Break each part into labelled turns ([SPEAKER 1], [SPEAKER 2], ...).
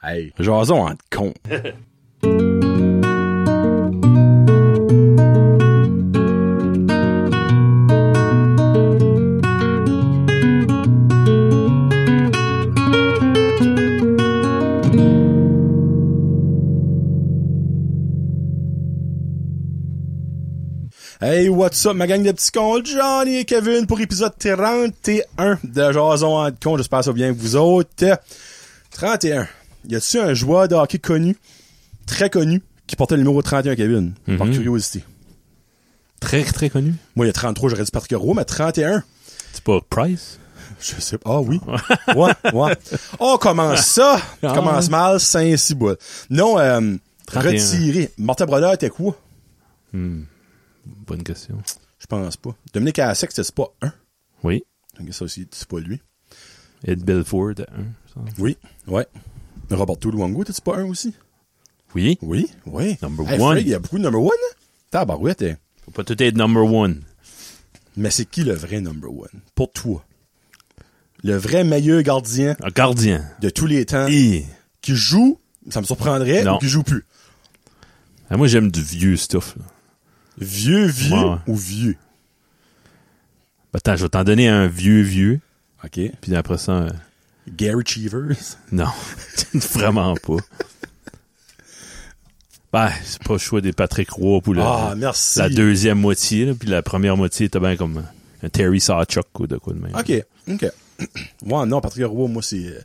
[SPEAKER 1] Hey, jason en con. Hey, what's up, ma gang de petits cons? Johnny et Kevin pour épisode 31 de Jason en con. J'espère que ça va bien que vous autres. 31. Y a-tu un joueur de hockey connu, très connu, qui portait le numéro 31, Kevin? Par
[SPEAKER 2] Mhm.
[SPEAKER 1] curiosité.
[SPEAKER 2] Très, très connu.
[SPEAKER 1] Moi, il y a 33, j'aurais dit Patrick Roy, mais 31.
[SPEAKER 2] C'est pas Price?
[SPEAKER 1] Je sais pas. Ah oui. ouais, ouais. On commence ça.
[SPEAKER 2] Ah.
[SPEAKER 1] commence mal, 5-6 boules. Non, euh,
[SPEAKER 2] 31.
[SPEAKER 1] retiré. Martin Brodeur était quoi?
[SPEAKER 2] Bonne question.
[SPEAKER 1] Je pense pas. Dominique Assec, c'était pas un.
[SPEAKER 2] Oui.
[SPEAKER 1] Donc, Ça aussi, c'est pas lui.
[SPEAKER 2] Ed Belford, un. ça.
[SPEAKER 1] Oui, ouais. Roberto Luongo, t'es-tu pas un aussi?
[SPEAKER 2] Oui.
[SPEAKER 1] Oui, oui.
[SPEAKER 2] Number
[SPEAKER 1] Hey,
[SPEAKER 2] one.
[SPEAKER 1] Fred, Il y a beaucoup de number one. hein? Tabarouette. hein.
[SPEAKER 2] Faut pas tout être number one.
[SPEAKER 1] Mais c'est qui le vrai number one? Pour toi. Le vrai meilleur gardien
[SPEAKER 2] Un gardien.
[SPEAKER 1] de tous les temps
[SPEAKER 2] Et...
[SPEAKER 1] qui joue, ça me surprendrait,
[SPEAKER 2] Non.
[SPEAKER 1] ou qui joue plus.
[SPEAKER 2] Ah, moi, j'aime du vieux stuff. là.
[SPEAKER 1] Vieux, vieux
[SPEAKER 2] Ouais.
[SPEAKER 1] ou vieux?
[SPEAKER 2] Bah, Attends, je vais t'en donner un vieux, vieux.
[SPEAKER 1] OK.
[SPEAKER 2] Puis après ça, euh,
[SPEAKER 1] Gary Cheevers.
[SPEAKER 2] non. Vraiment pas. Ben, c'est pas le choix des Patrick Roy pour le-
[SPEAKER 1] Ah, merci.
[SPEAKER 2] la deuxième moitié. là, puis la première moitié était bien comme un Terry Sawchuk ou de quoi de même.
[SPEAKER 1] OK, OK. ouais, non, Patrick Roy, moi, c'est... euh,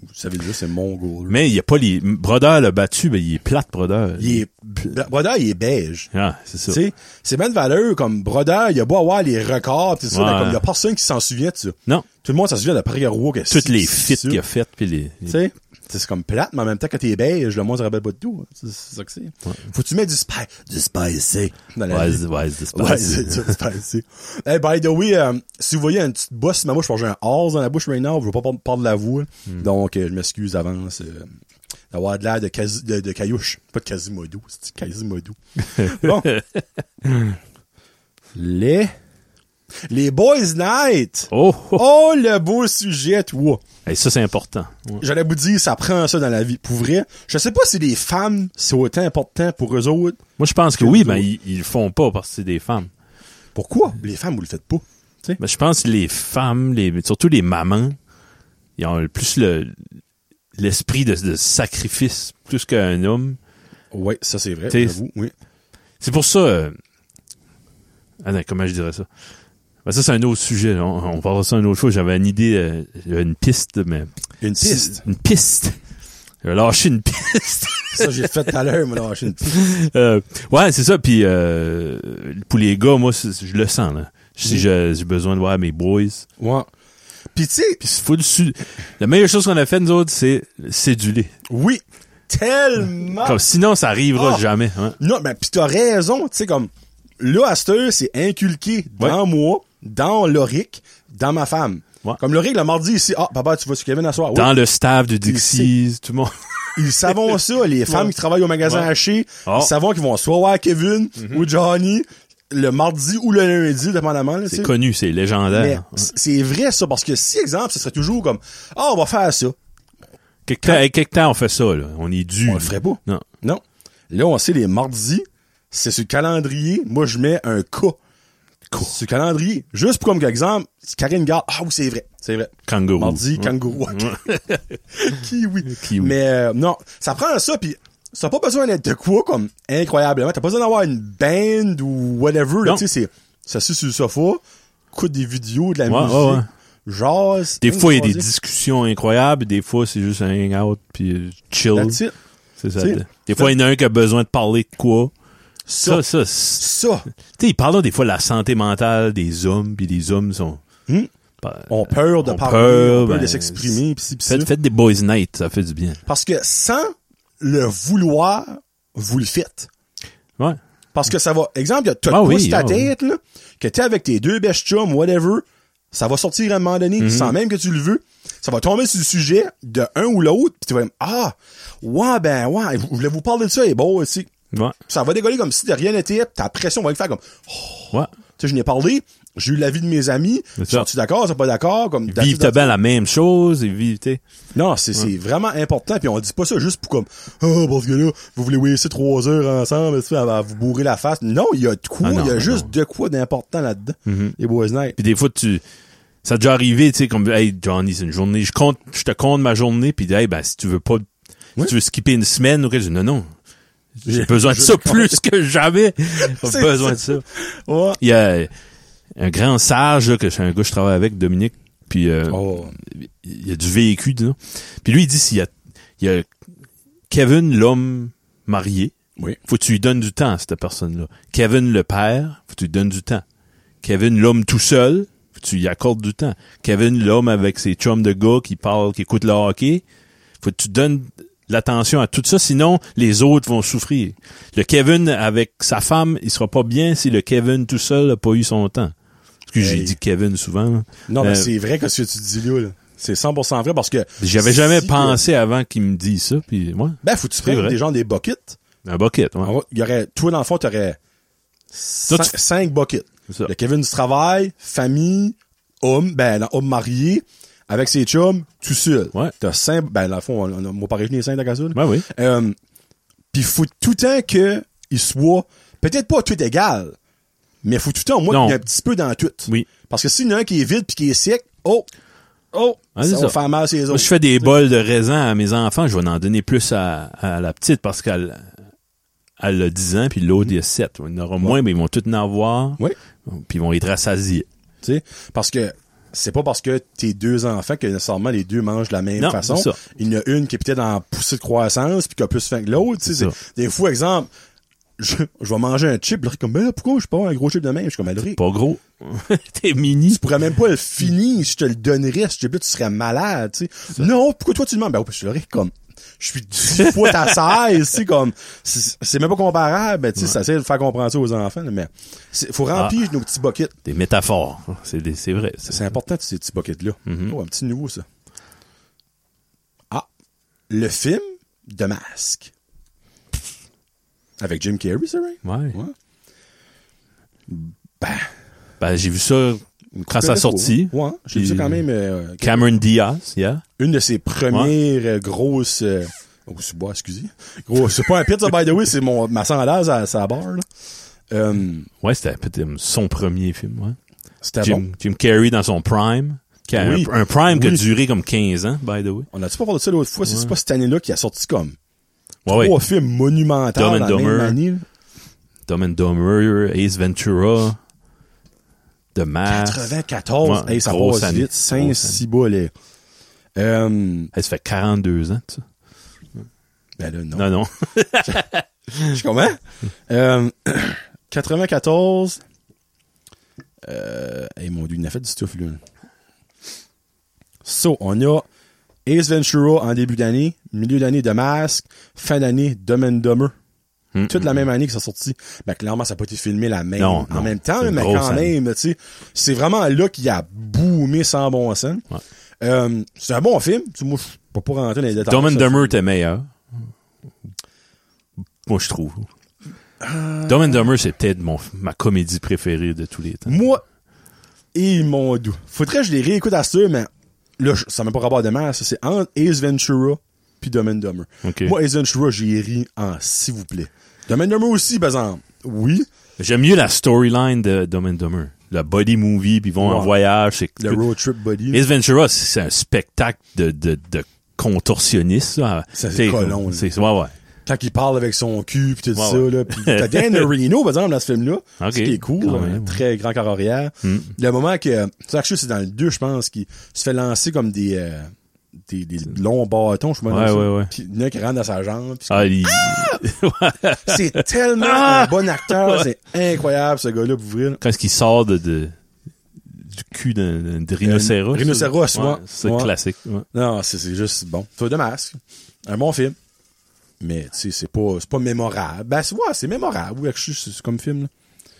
[SPEAKER 1] Vous savez déjà, c'est mon goal.
[SPEAKER 2] Mais il y a pas les... Brodeur l'a battu, mais il est plate, Brodeur.
[SPEAKER 1] Il est... Brodeur, il est beige.
[SPEAKER 2] Ah, c'est ça.
[SPEAKER 1] Tu sais, c'est même valeur comme Brodeur, il a beau avoir les records, pis tout ça,
[SPEAKER 2] Ouais.
[SPEAKER 1] mais comme il y a personne qui s'en souvient de ça.
[SPEAKER 2] Non.
[SPEAKER 1] Tout le monde s'en souvient de Patrick Roy. que
[SPEAKER 2] toutes
[SPEAKER 1] c'est-
[SPEAKER 2] les
[SPEAKER 1] c'est
[SPEAKER 2] fits
[SPEAKER 1] ça.
[SPEAKER 2] qu'il a faites puis les, les-
[SPEAKER 1] Tu sais, c'est comme plate, mais en même temps, quand t'es beige, le moins se rappelle pas de tout. hein. C'est c'est ça que c'est. Faut que tu mets du spice, du spicy dans la
[SPEAKER 2] Ouais,
[SPEAKER 1] vie.
[SPEAKER 2] c'est- ouais, c'est pas-
[SPEAKER 1] Ouais, c'est du spicy. Hey, by the way, euh, si vous voyez une petite bosse, ma bouche, parce que j'ai un os dans la bouche right now, je veux pas par- parler de la voix. Donc, euh, je m'excuse d'avance euh, d'avoir de l'air de, quasi- de, de caillouche. Pas de Quasimodo, c'est du Quasimodo. bon. Les... Les Boys Night!
[SPEAKER 2] Oh, oh.
[SPEAKER 1] Oh, le beau sujet, toi!
[SPEAKER 2] Hey, ça, c'est important. Ouais.
[SPEAKER 1] J'allais vous dire, ça prend ça dans la vie. Pour vrai, je sais pas si les femmes, c'est autant important pour eux autres.
[SPEAKER 2] Moi, je pense que oui, mais ils, ils le font pas parce que c'est des femmes.
[SPEAKER 1] Pourquoi? Les femmes, vous le faites pas.
[SPEAKER 2] Mais je pense que les femmes, les, surtout les mamans, ils ont le plus le, l'esprit de, de sacrifice plus qu'un homme.
[SPEAKER 1] Ouais, ça c'est vrai,
[SPEAKER 2] T'sais,
[SPEAKER 1] j'avoue, oui.
[SPEAKER 2] C'est pour ça. euh, Attends, comment je dirais ça? Ben, ça, c'est un autre sujet. là. On, on parlera ça une autre fois. J'avais une idée, euh, j'avais une piste, mais.
[SPEAKER 1] Une piste.
[SPEAKER 2] Une piste. J'ai lâché une piste.
[SPEAKER 1] ça, j'ai fait tout à l'heure, moi, lâcher une piste.
[SPEAKER 2] Euh, ouais, c'est ça. Puis euh, pour les gars, moi, c'est- je le sens. Là. Si je- j'ai besoin de voir mes boys.
[SPEAKER 1] Ouais. Pis tu sais,
[SPEAKER 2] Puis c'est full su- La meilleure chose qu'on a fait, nous autres, c'est séduler.
[SPEAKER 1] oui, tellement.
[SPEAKER 2] Comme, sinon, ça arrivera
[SPEAKER 1] Ah.
[SPEAKER 2] jamais. hein.
[SPEAKER 1] Non, mais pis t'as raison, tu sais, comme, là, à cette heure, c'est inculqué dans moi, dans l'oric, dans ma femme.
[SPEAKER 2] Ouais.
[SPEAKER 1] Comme l'oric, le mardi, ici, ah, papa, tu vas sur Kevin à soir. Oui.
[SPEAKER 2] Dans le staff du Dixie, tout le monde.
[SPEAKER 1] Ils savent ça, les femmes qui travaillent au magasin
[SPEAKER 2] Ouais.
[SPEAKER 1] Haché,
[SPEAKER 2] Ah. Mhm.
[SPEAKER 1] ils savent qu'ils vont soit voir Kevin ou Johnny le mardi ou le lundi, dépendamment. là, tu
[SPEAKER 2] C'est hein.
[SPEAKER 1] sais.
[SPEAKER 2] connu, c'est
[SPEAKER 1] Mais
[SPEAKER 2] légendaire.
[SPEAKER 1] c- c'est vrai ça, parce que si, exemple, ce serait toujours comme « Ah, on va faire ça.
[SPEAKER 2] Quelque, temps, hey, quelque temps, on fait ça. Là. On est dû. »
[SPEAKER 1] On le ferait pas.
[SPEAKER 2] Non.
[SPEAKER 1] Non. Là, on sait les mardis, c'est sur le calendrier. Moi, je mets un cas. Sur le calendrier. Juste pour comme exemple, si Karine garde, ah oui, c'est vrai, c'est vrai.
[SPEAKER 2] Kangourou.
[SPEAKER 1] Mardi,
[SPEAKER 2] Ouais.
[SPEAKER 1] kangourou. Kiwi.
[SPEAKER 2] Mm. Kiwi.
[SPEAKER 1] Mais euh, non, ça prend ça, puis ça pas besoin d'être de quoi, comme incroyablement. T'as pas besoin d'avoir une band ou whatever. là,
[SPEAKER 2] Non.
[SPEAKER 1] Tu sais, c'est ça se sur le sofa, écoute des vidéos, de la
[SPEAKER 2] Ouais,
[SPEAKER 1] musique,
[SPEAKER 2] ouais, ouais.
[SPEAKER 1] jase.
[SPEAKER 2] Des
[SPEAKER 1] hein,
[SPEAKER 2] fois, il y a des
[SPEAKER 1] jaser.
[SPEAKER 2] discussions incroyables. Des fois, c'est juste un hang-out puis euh, chill.
[SPEAKER 1] That's it.
[SPEAKER 2] C'est ça.
[SPEAKER 1] T'sais,
[SPEAKER 2] Des fois, il y en a un qui a besoin de parler de quoi.
[SPEAKER 1] Ça,
[SPEAKER 2] Ça, ça, c'est-
[SPEAKER 1] ça,
[SPEAKER 2] Tu sais, ils parlent des fois de la santé mentale des hommes, puis les hommes sont...
[SPEAKER 1] Hmm.
[SPEAKER 2] Bah,
[SPEAKER 1] on peur de
[SPEAKER 2] on
[SPEAKER 1] parler,
[SPEAKER 2] peur,
[SPEAKER 1] on peur de
[SPEAKER 2] ben,
[SPEAKER 1] s'exprimer, pis ci, pis ça.
[SPEAKER 2] Faites, faites des boys night, ça fait du bien.
[SPEAKER 1] Parce que sans le vouloir, vous le faites.
[SPEAKER 2] Ouais.
[SPEAKER 1] Parce que ça va. Exemple, il y a
[SPEAKER 2] Ah
[SPEAKER 1] t'as
[SPEAKER 2] oui,
[SPEAKER 1] oui, ta
[SPEAKER 2] ah oui.
[SPEAKER 1] tête, là, que t'es avec tes deux best chums, whatever, ça va sortir à un moment donné,
[SPEAKER 2] Mhm.
[SPEAKER 1] sans même que tu le veux. Ça va tomber sur le sujet de un ou l'autre, pis tu vas dire, ah, ouais, ben, ouais, je voulais vous parler de ça, et bon, aussi.
[SPEAKER 2] Ouais.
[SPEAKER 1] Ça va décoller comme si de rien n'était, pis ta pression va le faire comme,
[SPEAKER 2] Ouais.
[SPEAKER 1] tu sais, je n'ai parlé, J'ai eu l'avis de mes amis.
[SPEAKER 2] C'est ça.
[SPEAKER 1] Sont-tu d'accord? Sont pas d'accord? Comme,
[SPEAKER 2] Ils vivent bien la même chose, ils vivent, tu sais.
[SPEAKER 1] Non, c'est c'est vraiment important. Puis on dit pas ça juste pour comme Oh parce que là, vous voulez waster trois heures ensemble, tu sais, à à vous bourrer la face. Non, il y a de quoi,
[SPEAKER 2] Ah
[SPEAKER 1] il
[SPEAKER 2] non,
[SPEAKER 1] y a
[SPEAKER 2] non,
[SPEAKER 1] juste
[SPEAKER 2] non. Mm-hmm.
[SPEAKER 1] de quoi d'important là-dedans. Les boys night.
[SPEAKER 2] Puis des fois, tu. Ça a déjà arrivé, tu sais, comme, hey, Johnny, c'est une journée. Je compte, je te compte ma journée, puis hey, ben, si tu veux pas,
[SPEAKER 1] Oui.
[SPEAKER 2] si tu veux skipper une semaine ou quelque chose, non, non. J'ai
[SPEAKER 1] Je-
[SPEAKER 2] besoin de
[SPEAKER 1] je
[SPEAKER 2] ça
[SPEAKER 1] compte.
[SPEAKER 2] plus que jamais. J'ai
[SPEAKER 1] C'est
[SPEAKER 2] besoin de ça.
[SPEAKER 1] Ouais.
[SPEAKER 2] Il y a un grand sage, là, que c'est un gars que je travaille avec, Dominique, puis euh,
[SPEAKER 1] Oh.
[SPEAKER 2] il y a du vécu, disons. Puis lui, il dit, s'il y a, il y a Kevin, l'homme marié,
[SPEAKER 1] Oui.
[SPEAKER 2] faut que tu lui donnes du temps à cette personne-là. Kevin, le père, faut que tu lui donnes du temps. Kevin, l'homme tout seul, faut que tu lui accordes du temps. Kevin, l'homme avec ses chums de gars qui parlent, qui écoutent le hockey, faut que tu donnes l'attention à tout ça, sinon les autres vont souffrir. Le Kevin avec sa femme, il sera pas bien si le Kevin tout seul n'a pas eu son temps. Parce que j'ai
[SPEAKER 1] Hey.
[SPEAKER 2] dit Kevin souvent. là.
[SPEAKER 1] Non,
[SPEAKER 2] Euh,
[SPEAKER 1] mais c'est vrai que ce que tu dis là, là. c'est 100% vrai parce que
[SPEAKER 2] J'avais jamais
[SPEAKER 1] si-
[SPEAKER 2] pensé avant qu'il me dise ça, puis ouais,
[SPEAKER 1] Ben, faut que tu
[SPEAKER 2] C'est
[SPEAKER 1] prennes
[SPEAKER 2] vrai.
[SPEAKER 1] des gens des buckets.
[SPEAKER 2] un bucket, ouais.
[SPEAKER 1] En gros, Il y aurait, toi, dans le fond, t'aurais
[SPEAKER 2] Toi,
[SPEAKER 1] cin-
[SPEAKER 2] tu-
[SPEAKER 1] cinq buckets.
[SPEAKER 2] C'est ça.
[SPEAKER 1] Le Kevin du travail, famille, homme, ben, non, homme marié, avec ses chums, tout seul.
[SPEAKER 2] Ouais.
[SPEAKER 1] T'as cinq, ben, dans le fond, on, on, on, moi, pareil, je n'ai cinq dans la casule.
[SPEAKER 2] Ben oui.
[SPEAKER 1] Euh, pis faut tout le temps que il soit, peut-être pas tout égal, mais faut tout le temps, au moins,
[SPEAKER 2] Non.
[SPEAKER 1] qu'il y ait un petit peu dans tout.
[SPEAKER 2] Oui.
[SPEAKER 1] Parce que s'il y en a un qui est vide pis qui est sec, oh, oh,
[SPEAKER 2] Ah, c'est
[SPEAKER 1] ça va
[SPEAKER 2] ça.
[SPEAKER 1] faire mal sur les
[SPEAKER 2] Moi,
[SPEAKER 1] autres.
[SPEAKER 2] je fais des bols de raisin à mes enfants, je vais en donner plus à, à la petite parce qu'elle elle a 10 ans, puis l'autre, il a 7. Il y en aura moins, mais ils vont tout en avoir,
[SPEAKER 1] Oui.
[SPEAKER 2] puis ils vont être rassasiés.
[SPEAKER 1] Tu sais, parce que c'est pas parce que tes deux enfants que nécessairement les deux mangent de la même
[SPEAKER 2] Non,
[SPEAKER 1] façon.
[SPEAKER 2] c'est ça.
[SPEAKER 1] Il y en a une qui est peut-être en poussée de croissance puis qui a plus faim que l'autre. tu sais,
[SPEAKER 2] C'est
[SPEAKER 1] c'est- Des fois, exemple, je, je vais manger un chip, là, comme, ben là, pourquoi je pas un gros chip de même? Je suis comme, ben, Rick,
[SPEAKER 2] Pas gros. T'es mini.
[SPEAKER 1] tu pourrais même pas le finir si je te le donnerais, ce chip-là, tu serais malade, tu sais. Non, pourquoi toi tu le manges? Ben, oh, parce que je le Rick, comme, je suis dix fois ta size, tu sais, comme, c'est c'est même pas comparable, ben, tu sais, ça essaie de faire comprendre ça aux enfants, là, mais c'est- faut
[SPEAKER 2] Ah.
[SPEAKER 1] remplir nos petits buckets.
[SPEAKER 2] Des métaphores. C'est des- c'est vrai. ça.
[SPEAKER 1] C'est important, tous ces petits buckets-là.
[SPEAKER 2] Mhm.
[SPEAKER 1] Oh, un petit nouveau, ça. Ah, le film de Masque. Avec Jim Carrey, c'est vrai?
[SPEAKER 2] Ouais.
[SPEAKER 1] Ouais.
[SPEAKER 2] Ben, j'ai vu ça
[SPEAKER 1] Une
[SPEAKER 2] quand
[SPEAKER 1] couple
[SPEAKER 2] ça
[SPEAKER 1] de
[SPEAKER 2] sortie.
[SPEAKER 1] fois. hein. Ouais, j'ai vu ça
[SPEAKER 2] Puis-
[SPEAKER 1] quand même. euh,
[SPEAKER 2] Cameron Diaz, yeah.
[SPEAKER 1] une de ses premières euh, grosses... euh, oh, c'est bois, excusez. Gros, c'est pas un pit, ça, by the way, c'est mon, ma sanglade à sa barre, là. Euh,
[SPEAKER 2] Ouais, c'était peut-être son premier film, ouais.
[SPEAKER 1] c'était
[SPEAKER 2] Jim,
[SPEAKER 1] bon.
[SPEAKER 2] Jim Carrey dans son prime. qui a
[SPEAKER 1] Oui.
[SPEAKER 2] un, un prime qui a
[SPEAKER 1] Oui.
[SPEAKER 2] duré comme 15 ans, by the way.
[SPEAKER 1] On a-tu pas parlé de ça l'autre fois? C'est pas cette année-là qui a sorti comme
[SPEAKER 2] Ouais, ouais.
[SPEAKER 1] trois films monumentaux
[SPEAKER 2] Dumb
[SPEAKER 1] dans
[SPEAKER 2] and
[SPEAKER 1] la même
[SPEAKER 2] Dumber.
[SPEAKER 1] année. là.
[SPEAKER 2] Dumb and Dumber, Ace Ventura, The Mask.
[SPEAKER 1] 94.
[SPEAKER 2] Hein? Ouais,
[SPEAKER 1] hey, ça
[SPEAKER 2] grosse
[SPEAKER 1] passe
[SPEAKER 2] année.
[SPEAKER 1] vite. 5,
[SPEAKER 2] Grosse
[SPEAKER 1] 6 bolets. Euh,
[SPEAKER 2] Elle se fait 42 ans, tu sais.
[SPEAKER 1] ben là, non.
[SPEAKER 2] Non, non.
[SPEAKER 1] Je suis comment? Euh, 94. Euh, hey, mon dieu, il en a fait du stuff, lui. So, on a Ace Ventura en début d'année, milieu d'année de Mask, fin d'année Dumb and Dumber.
[SPEAKER 2] Mm,
[SPEAKER 1] Toute la même année que ça sorti. Ben, clairement, ça n'a pas été filmé la même,
[SPEAKER 2] Non,
[SPEAKER 1] en
[SPEAKER 2] non.
[SPEAKER 1] même temps,
[SPEAKER 2] C'est une
[SPEAKER 1] mais
[SPEAKER 2] grosse
[SPEAKER 1] quand
[SPEAKER 2] année.
[SPEAKER 1] même, tu sais. C'est vraiment là qu'il a boomé sans bon sens.
[SPEAKER 2] Ouais.
[SPEAKER 1] Euh, c'est un bon film. Tu sais, moi, je ne pas rentrer dans les détails.
[SPEAKER 2] Dumb and
[SPEAKER 1] Ça,
[SPEAKER 2] Dumber était meilleur. Moi, je trouve.
[SPEAKER 1] Euh,
[SPEAKER 2] Dumb and Dumber, c'est peut-être mon, ma comédie préférée de tous les temps.
[SPEAKER 1] Moi et mon doux. Faudrait que je les réécoute à ce mais là, je- ça m'a pas rapport à demain. Ça, c'est entre Ace Ventura puis Dumb and Dumber.
[SPEAKER 2] Ok.
[SPEAKER 1] Moi, Ace Ventura, j'y ai ri en s'il vous plaît. Dumb and Dumber aussi, par exemple. Oui.
[SPEAKER 2] J'aime mieux la storyline de Dumb and Dumber. La body movie, puis ils vont en
[SPEAKER 1] Ouais.
[SPEAKER 2] voyage. C'est
[SPEAKER 1] Le road trip buddy.
[SPEAKER 2] Ace Ventura, c'est c'est un spectacle de, de, de contorsionniste. ça.
[SPEAKER 1] Ça, c'est
[SPEAKER 2] T'sais,
[SPEAKER 1] colon, là.
[SPEAKER 2] C'est, ouais, ouais.
[SPEAKER 1] Quand il parle avec son cul pis tout
[SPEAKER 2] Ouais,
[SPEAKER 1] ça,
[SPEAKER 2] ouais.
[SPEAKER 1] là. Pis t'as Dan Reno, par exemple, dans ce film-là.
[SPEAKER 2] Ok.
[SPEAKER 1] Ce qui est cool.
[SPEAKER 2] Quand
[SPEAKER 1] hein,
[SPEAKER 2] même. Hmm.
[SPEAKER 1] Très grand corps arrière. Le moment que, ça, actually, c'est dans le 2, je pense, qui se fait lancer comme des, euh, des, des longs bâtons, je sais pas.
[SPEAKER 2] Ouais,
[SPEAKER 1] comment
[SPEAKER 2] ouais,
[SPEAKER 1] ça.
[SPEAKER 2] ouais.
[SPEAKER 1] Pis il y en a qui rentre dans sa jambe. pis
[SPEAKER 2] Ah, il-
[SPEAKER 1] C'est tellement
[SPEAKER 2] Ah!
[SPEAKER 1] un bon acteur, c'est incroyable ce gars-là pour vrai. là.
[SPEAKER 2] quand est-ce qu'il sort de, de- du cul d'un d'un rhinocéros.
[SPEAKER 1] Euh, rhinocéros,
[SPEAKER 2] ça?
[SPEAKER 1] ouais.
[SPEAKER 2] C'est
[SPEAKER 1] Ouais.
[SPEAKER 2] classique. ouais.
[SPEAKER 1] Non, c'est c'est juste bon. C'est de masque. Un bon film. Mais tu sais, c'est pas c'est pas mémorable. Ben c'est ouais, c'est mémorable, oui, actually, c'est c'est comme film.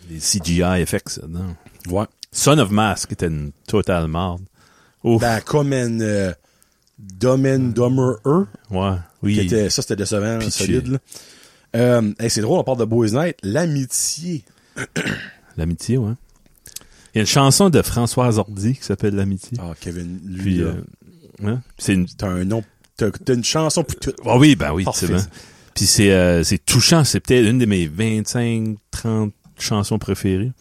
[SPEAKER 2] Les CGI effects, non.
[SPEAKER 1] Là. Ouais.
[SPEAKER 2] Son of Mask était une totale marde. Ouf.
[SPEAKER 1] Ben comme un euh, Dumb and Dumber E,
[SPEAKER 2] ouais. Oui.
[SPEAKER 1] qui était ça c'était décevant,
[SPEAKER 2] Pitché.
[SPEAKER 1] solide. Là. Euh, hey, c'est drôle, on parle de Boys Night, l'amitié.
[SPEAKER 2] L'amitié, ouais. Il y a une chanson de François Ordi qui s'appelle L'amitié.
[SPEAKER 1] Ah, Kevin, lui,
[SPEAKER 2] Puis,
[SPEAKER 1] là,
[SPEAKER 2] euh, hein, c'est une.
[SPEAKER 1] t'as un nom, t'as t'as une chanson pour tout.
[SPEAKER 2] Ah oui, ben oui,
[SPEAKER 1] Parfait,
[SPEAKER 2] c'est bon.
[SPEAKER 1] ça.
[SPEAKER 2] Puis c'est euh, c'est touchant. C'est peut-être une de mes 25, 30 chansons préférées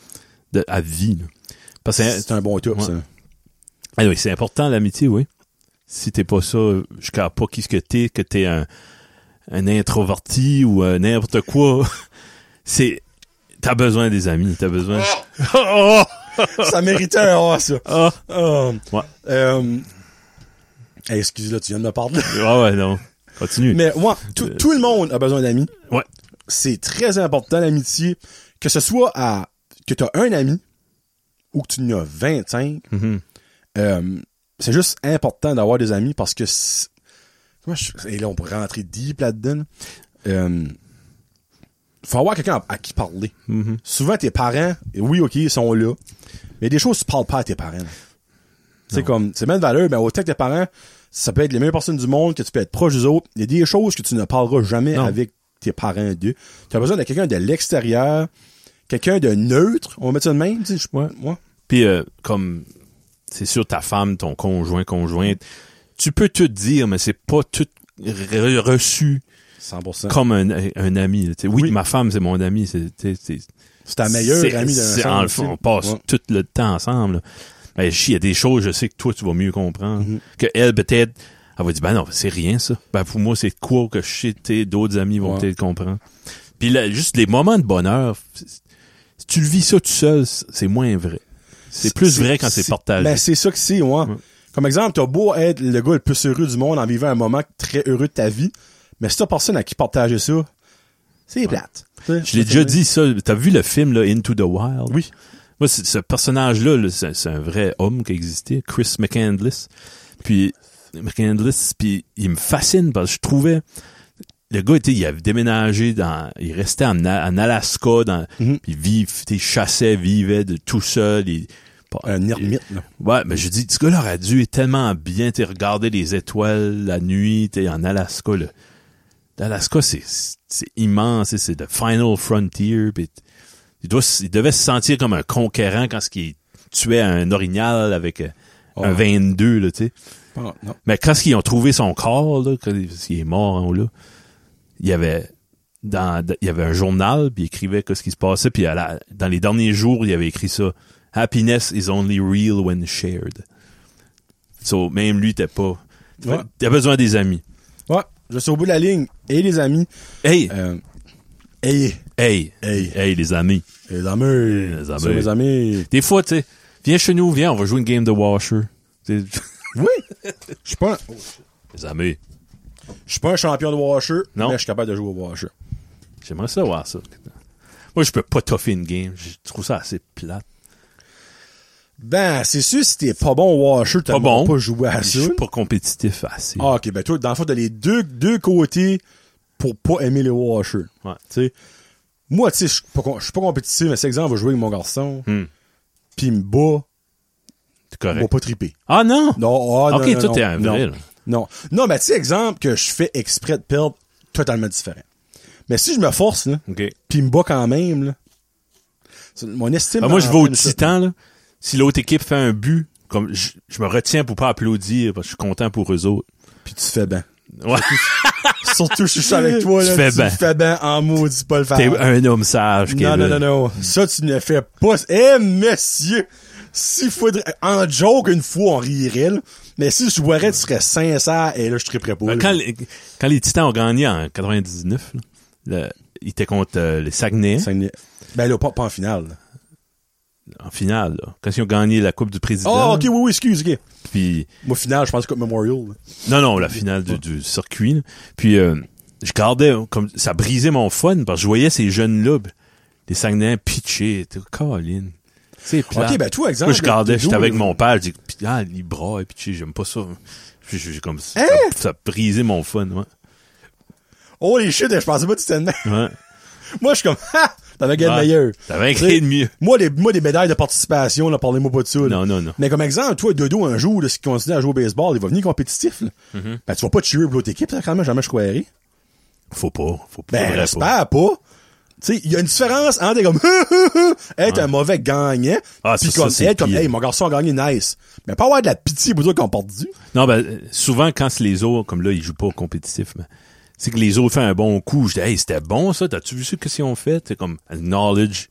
[SPEAKER 2] de, à vie. là. Parce que
[SPEAKER 1] C'est un bon tour,
[SPEAKER 2] Ouais.
[SPEAKER 1] ça.
[SPEAKER 2] Ah oui, c'est important l'amitié, oui. Si t'es pas ça, je ne pas qui ce que t'es, que t'es un, un introverti ou un n'importe quoi. C'est t'as besoin des amis, t'as besoin. Oh!
[SPEAKER 1] ça méritait un A, ça.
[SPEAKER 2] Ah!
[SPEAKER 1] Euh,
[SPEAKER 2] Ouais.
[SPEAKER 1] euh, hey, excuse, là, tu viens de me parler.
[SPEAKER 2] Ah ouais, non. Continue.
[SPEAKER 1] Mais ouais, tout, tout le monde a besoin d'amis.
[SPEAKER 2] Ouais.
[SPEAKER 1] C'est très important, l'amitié. Que ce soit à, que t'as un ami, ou que tu en as 25,
[SPEAKER 2] Mhm.
[SPEAKER 1] euh, c'est juste important d'avoir des amis parce que c'est- comment je- et là on pourrait rentrer deep là-dedans euh, faut avoir quelqu'un à, à qui parler
[SPEAKER 2] Mhm.
[SPEAKER 1] souvent tes parents et oui ok ils sont là mais des choses tu parles pas à tes parents c'est comme c'est même de valeur mais autant que tes parents ça peut être les meilleures personnes du monde que tu peux être proche des autres il y a des choses que tu ne parleras jamais
[SPEAKER 2] Non.
[SPEAKER 1] avec tes parents d'eux t'as besoin de quelqu'un de l'extérieur quelqu'un de neutre on va mettre ça de même tu sais, je-
[SPEAKER 2] Ouais.
[SPEAKER 1] moi
[SPEAKER 2] Puis euh, comme c'est sûr ta femme, ton conjoint, conjointe, tu peux tout dire, mais c'est pas tout re- reçu
[SPEAKER 1] 100%
[SPEAKER 2] comme un, un ami. là. Tu sais, Oui,
[SPEAKER 1] Oui.
[SPEAKER 2] ma femme, c'est mon ami. C'est, tu sais, c'est,
[SPEAKER 1] c'est ta meilleure
[SPEAKER 2] C'est-
[SPEAKER 1] amie d'un
[SPEAKER 2] c'est-
[SPEAKER 1] sens,
[SPEAKER 2] en le
[SPEAKER 1] tu
[SPEAKER 2] fond,
[SPEAKER 1] sais.
[SPEAKER 2] on passe
[SPEAKER 1] Ouais.
[SPEAKER 2] tout le temps ensemble. là. Ben, chi, il y a des choses, je sais que toi, tu vas mieux comprendre.
[SPEAKER 1] Mhm.
[SPEAKER 2] Que elle, peut-être, elle va dire, ben non, c'est rien, ça. Ben, pour moi, c'est quoi que je sais, t'sais, d'autres amis vont
[SPEAKER 1] Ouais.
[SPEAKER 2] peut-être comprendre. Puis là, juste les moments de bonheur, c'est- si tu le vis ça tout seul, c'est c'est moins vrai. C'est plus vrai quand c'est partagé.
[SPEAKER 1] Ben, c'est ça que c'est, ouais.
[SPEAKER 2] Ouais.
[SPEAKER 1] Comme exemple, t'as beau être le gars le plus heureux du monde en vivant un moment très heureux de ta vie, mais si t'as personne à qui partager ça, c'est plate.
[SPEAKER 2] Je l'ai déjà dit, ça. T'as vu le film, là, Into the Wild?
[SPEAKER 1] Oui.
[SPEAKER 2] Moi, c'est- ce personnage-là, là, c'est c'est un vrai homme qui existait, Chris McCandless. Puis, McCandless, puis il me fascine parce que je trouvais... Le gars, était, il avait déménagé dans... Il restait en, A- en Alaska, dans,
[SPEAKER 1] Mhm.
[SPEAKER 2] puis il vive- il chassait, vivait de tout seul. Il,
[SPEAKER 1] Un ermite, là.
[SPEAKER 2] Ouais, mais je dis, ce gars-là aurait dû être tellement bien, t'es regardé les étoiles la nuit, t'es en Alaska, là. L'Alaska, c'est, c'est immense, c'est- c'est the final frontier, pis t- il doit, s- il devait se sentir comme un conquérant quand ce qui tuait un orignal avec euh,
[SPEAKER 1] Oh.
[SPEAKER 2] un 22, là, tu sais.
[SPEAKER 1] Ah, non.
[SPEAKER 2] Mais quand ils ont trouvé son corps, là, quand il il est mort en haut, là, il y avait dans il y avait un journal, puis il écrivait que ce qui se passait, puis à la- dans les derniers jours, il avait écrit ça. Happiness is only real when shared. So, même lui, t'es pas.
[SPEAKER 1] Ouais.
[SPEAKER 2] T'as besoin des amis.
[SPEAKER 1] Ouais, je suis au bout de la ligne. Hey, les amis.
[SPEAKER 2] Hey,
[SPEAKER 1] Euh, hey,
[SPEAKER 2] hey,
[SPEAKER 1] hey,
[SPEAKER 2] hey, les amis.
[SPEAKER 1] les amis.
[SPEAKER 2] Les amis.
[SPEAKER 1] Sur mes amis.
[SPEAKER 2] Des fois, tu sais, viens chez nous, viens, on va jouer une game de Washer. T'sais,
[SPEAKER 1] Oui. Je suis pas, un-
[SPEAKER 2] les amis.
[SPEAKER 1] je suis pas un champion de washer,
[SPEAKER 2] Non.
[SPEAKER 1] mais je suis capable de jouer au washer.
[SPEAKER 2] J'aimerais ça voir ça. Moi, je peux pas toffer une game. Je trouve ça assez plate.
[SPEAKER 1] Ben, c'est sûr, si t'es pas bon au washer, t'as
[SPEAKER 2] Pas bon.
[SPEAKER 1] pas joué à
[SPEAKER 2] Je
[SPEAKER 1] ça.
[SPEAKER 2] suis pas compétitif assez.
[SPEAKER 1] Ah, ok, ben toi, dans le fond, t'as les deux, deux côtés pour pas aimer les washers.
[SPEAKER 2] Ouais.
[SPEAKER 1] Tu sais, moi, tu sais, je suis pas com- je suis pas compétitif, mais c'est exemple, je vais jouer avec mon garçon,
[SPEAKER 2] Hmm.
[SPEAKER 1] puis il me bat,
[SPEAKER 2] C'est
[SPEAKER 1] il
[SPEAKER 2] correct.
[SPEAKER 1] va pas triper.
[SPEAKER 2] Ah non!
[SPEAKER 1] Non, ah,
[SPEAKER 2] ok,
[SPEAKER 1] non, non,
[SPEAKER 2] toi,
[SPEAKER 1] non,
[SPEAKER 2] t'es un vrai.
[SPEAKER 1] Non,
[SPEAKER 2] là.
[SPEAKER 1] non. non mais tu sais, exemple que je fais exprès de perdre, totalement différent. Mais si je me force, là,
[SPEAKER 2] Ok.
[SPEAKER 1] puis il me bat quand même, là, c'est- mon estime...
[SPEAKER 2] Ah, moi, je vais au
[SPEAKER 1] ça.
[SPEAKER 2] titan, là. Si l'autre équipe fait un but, comme je, je me retiens pour pas applaudir, parce que je suis content pour eux autres.
[SPEAKER 1] Puis tu fais ben.
[SPEAKER 2] Ouais,
[SPEAKER 1] Surtout, je suis avec toi,
[SPEAKER 2] Tu
[SPEAKER 1] là,
[SPEAKER 2] fais ben.
[SPEAKER 1] fais ben en maudit pas le faire.
[SPEAKER 2] t'es un homme sage,
[SPEAKER 1] Non,
[SPEAKER 2] Kevin.
[SPEAKER 1] non, non, non. Ça, tu ne fais pas. Eh, monsieur! S'il faudrait. En joke, une fois, on rirait, là. Mais si je boirais, tu serais sincère, et là, je triperais pas.
[SPEAKER 2] Ben,
[SPEAKER 1] là.
[SPEAKER 2] Quand, les- quand les titans ont gagné en 99, là, le- ils étaient contre euh, les Saguenay
[SPEAKER 1] Saguenay. Ben là, pas, pas en finale. là.
[SPEAKER 2] en finale, là. Quand ils ont gagné la Coupe du
[SPEAKER 1] Ah,
[SPEAKER 2] Président.
[SPEAKER 1] ok, oui, oui, excuse, ok.
[SPEAKER 2] Puis,
[SPEAKER 1] Moi, finale, je pense que Memorial. là.
[SPEAKER 2] Non, non, la finale du, du circuit. là. Puis euh, je gardais, euh, comme ça brisait mon fun parce que je voyais ces jeunes-là, ben, les Saguenayens pitchés. T'es Colin. C'est plat.
[SPEAKER 1] Ok, ben, toi, exemple.
[SPEAKER 2] Moi, je gardais, j'étais
[SPEAKER 1] Doudou,
[SPEAKER 2] avec
[SPEAKER 1] là.
[SPEAKER 2] mon père, je dis, Pis- ah, il braille, pitché, j'aime pas ça. Puis j'ai comme ça,
[SPEAKER 1] Hein?
[SPEAKER 2] ça brisait mon fun, ouais.
[SPEAKER 1] Oh, les shit, je pensais pas que tu t'es de même.
[SPEAKER 2] ouais.
[SPEAKER 1] Moi, je suis comme, ha! T'avais gagné
[SPEAKER 2] Ouais.
[SPEAKER 1] le meilleur.
[SPEAKER 2] T'avais un cri de mieux.
[SPEAKER 1] Moi, les, moi, des médailles de participation, là, parlez-moi pas de ça, là.
[SPEAKER 2] Non, non, non.
[SPEAKER 1] Mais comme exemple, toi, Dodo, un jour, là, si tu continues à jouer au baseball, il va venir compétitif, là.
[SPEAKER 2] Mm-hmm.
[SPEAKER 1] Ben, tu vas pas cheerer pour l'autre équipe, ça, quand même, jamais je croirais.
[SPEAKER 2] Faut pas, faut pas.
[SPEAKER 1] Ben,
[SPEAKER 2] faudrait pas.
[SPEAKER 1] j'espère pas. Tu sais, il y a une différence entre être comme être un mauvais gagnant,
[SPEAKER 2] Ah,
[SPEAKER 1] puis
[SPEAKER 2] ça, ça,
[SPEAKER 1] comme
[SPEAKER 2] c'est
[SPEAKER 1] être comme
[SPEAKER 2] pire.
[SPEAKER 1] hey mon garçon a gagné nice. Mais pas avoir de la pitié pour dire qu'on part du.
[SPEAKER 2] Non, ben, euh, souvent, quand c'est les autres, comme là, ils jouent pas au compétitif, mais c'est que les autres font un bon coup. Je dis, hey, c'était bon, ça. T'as-tu vu ce que si on fait? C'est comme, knowledge.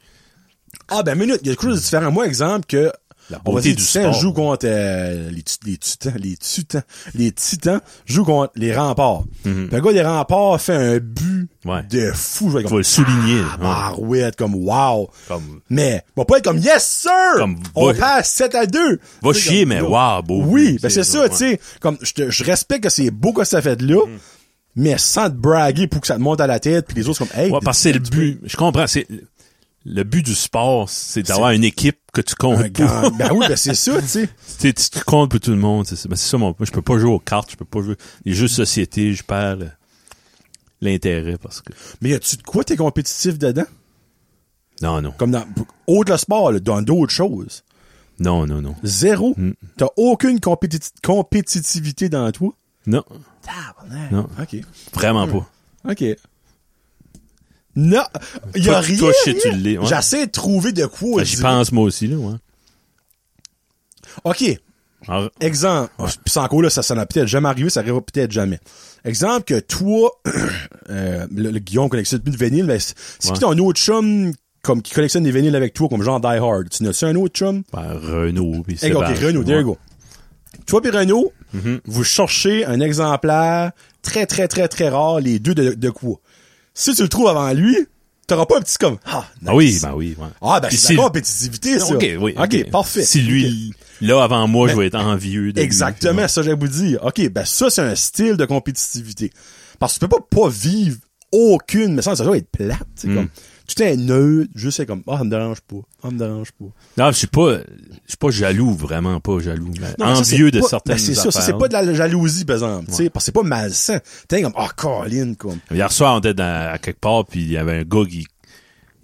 [SPEAKER 1] Ah ben minute, il y a quelque chose de différent. Moi exemple que
[SPEAKER 2] La
[SPEAKER 1] on va
[SPEAKER 2] beauté
[SPEAKER 1] dire
[SPEAKER 2] du
[SPEAKER 1] Titan
[SPEAKER 2] sport.
[SPEAKER 1] joue contre euh, les, tu- les tutans, les tutans, les titans jouent contre les remparts. Puis Le gars des remparts fait un but
[SPEAKER 2] Mhm. Ouais.
[SPEAKER 1] de fou, je vais comme
[SPEAKER 2] Faut
[SPEAKER 1] Ah, bah,
[SPEAKER 2] le souligner, là. Ouais.
[SPEAKER 1] Marouette, comme wow.
[SPEAKER 2] Comme-
[SPEAKER 1] Mais va pas être comme yes sir.
[SPEAKER 2] Comme,
[SPEAKER 1] on
[SPEAKER 2] va-
[SPEAKER 1] passe 7 à 2.
[SPEAKER 2] Va
[SPEAKER 1] Tu sais,
[SPEAKER 2] chier,
[SPEAKER 1] comme,
[SPEAKER 2] mais
[SPEAKER 1] là,
[SPEAKER 2] wow, beau.
[SPEAKER 1] Oui,
[SPEAKER 2] but.
[SPEAKER 1] ben c'est ça,
[SPEAKER 2] ouais. Mhm.
[SPEAKER 1] tu sais, comme je te- je respecte que c'est beau que ça fait de là, mais sans te braguer pour que ça te monte à la tête, puis les autres sont comme hey,
[SPEAKER 2] Ouais, parce que c'est le but. Je comprends. C'est le but du sport, c'est d'avoir une équipe que tu comptes.
[SPEAKER 1] un
[SPEAKER 2] pour.
[SPEAKER 1] gang. ben oui, ben c'est ça, tu sais.
[SPEAKER 2] Tu tu te comptes pour tout le monde. C'est ça, Ben, c'est ça mon. Je peux pas jouer aux cartes. Je peux pas jouer les jeux de société. Je perds le- l'intérêt parce que
[SPEAKER 1] Mais y a-tu de quoi t'es compétitif dedans?
[SPEAKER 2] non, non,
[SPEAKER 1] Comme dans autre le sport, là, dans d'autres choses.
[SPEAKER 2] non, non, non,
[SPEAKER 1] Zéro.
[SPEAKER 2] Hmm.
[SPEAKER 1] T'as aucune compétiti- compétitivité dans toi.
[SPEAKER 2] non, Non.
[SPEAKER 1] OK.
[SPEAKER 2] vraiment pas.
[SPEAKER 1] OK. Non, y a
[SPEAKER 2] Toi-
[SPEAKER 1] rien.
[SPEAKER 2] toi, je sais, tu
[SPEAKER 1] rien.
[SPEAKER 2] l'es, ouais.
[SPEAKER 1] J'essaie de trouver de quoi.
[SPEAKER 2] Ben, J'y
[SPEAKER 1] dire.
[SPEAKER 2] pense moi aussi là. Ouais.
[SPEAKER 1] OK.
[SPEAKER 2] Alors,
[SPEAKER 1] Exemple. Puis sans quoi, là, ça, ça n'a peut-être jamais arrivé, ça arrivera peut-être jamais. Exemple que toi, euh, le, le Guillaume collectionne plus de vinyles, mais c'est c'est qui
[SPEAKER 2] Ouais.
[SPEAKER 1] ton autre chum comme qui collectionne des vinyles avec toi, comme genre Die Hard? Tu n'as-tu un autre chum?
[SPEAKER 2] ben, Renault. puis
[SPEAKER 1] Hey, Eh, ok,
[SPEAKER 2] Sébastien,
[SPEAKER 1] Renaud, there
[SPEAKER 2] ouais. Mm-hmm.
[SPEAKER 1] you go. Toi puis Renaud, vous cherchez un exemplaire très, très, très, très rare, les deux de, de quoi? Si tu le trouves avant lui, t'auras pas un petit comme, ah,
[SPEAKER 2] Ah oui, ben oui. Ouais.
[SPEAKER 1] ah, ben,
[SPEAKER 2] Puis
[SPEAKER 1] c'est
[SPEAKER 2] si-
[SPEAKER 1] la compétitivité, ça.
[SPEAKER 2] Ok, oui.
[SPEAKER 1] OK, parfait.
[SPEAKER 2] Si
[SPEAKER 1] Ok.
[SPEAKER 2] lui
[SPEAKER 1] Ben,
[SPEAKER 2] là avant moi, je vais être envieux. de lui.
[SPEAKER 1] Exactement, ça j'allais vous dire. OK, ben ça, c'est un style de compétitivité. Parce que tu peux pas pas vivre aucune, mais ça, ça doit être plate. C'est
[SPEAKER 2] Mm.
[SPEAKER 1] comme, tout est neutre, juste c'est comme, ah, ça me dérange pas, ah, ça me dérange pas.
[SPEAKER 2] Non, je suis pas, je suis pas jaloux, vraiment pas jaloux. mais
[SPEAKER 1] Non, mais ça,
[SPEAKER 2] envieux
[SPEAKER 1] c'est
[SPEAKER 2] de
[SPEAKER 1] pas-
[SPEAKER 2] certaines
[SPEAKER 1] ben, c'est
[SPEAKER 2] affaires.
[SPEAKER 1] ça, ça, c'est pas de la jalousie, par exemple, tu sais, parce que c'est pas malsain. T'es comme, ah, Colin, comme.
[SPEAKER 2] Hier soir, on était dans- à quelque part, puis il y avait un gars qui,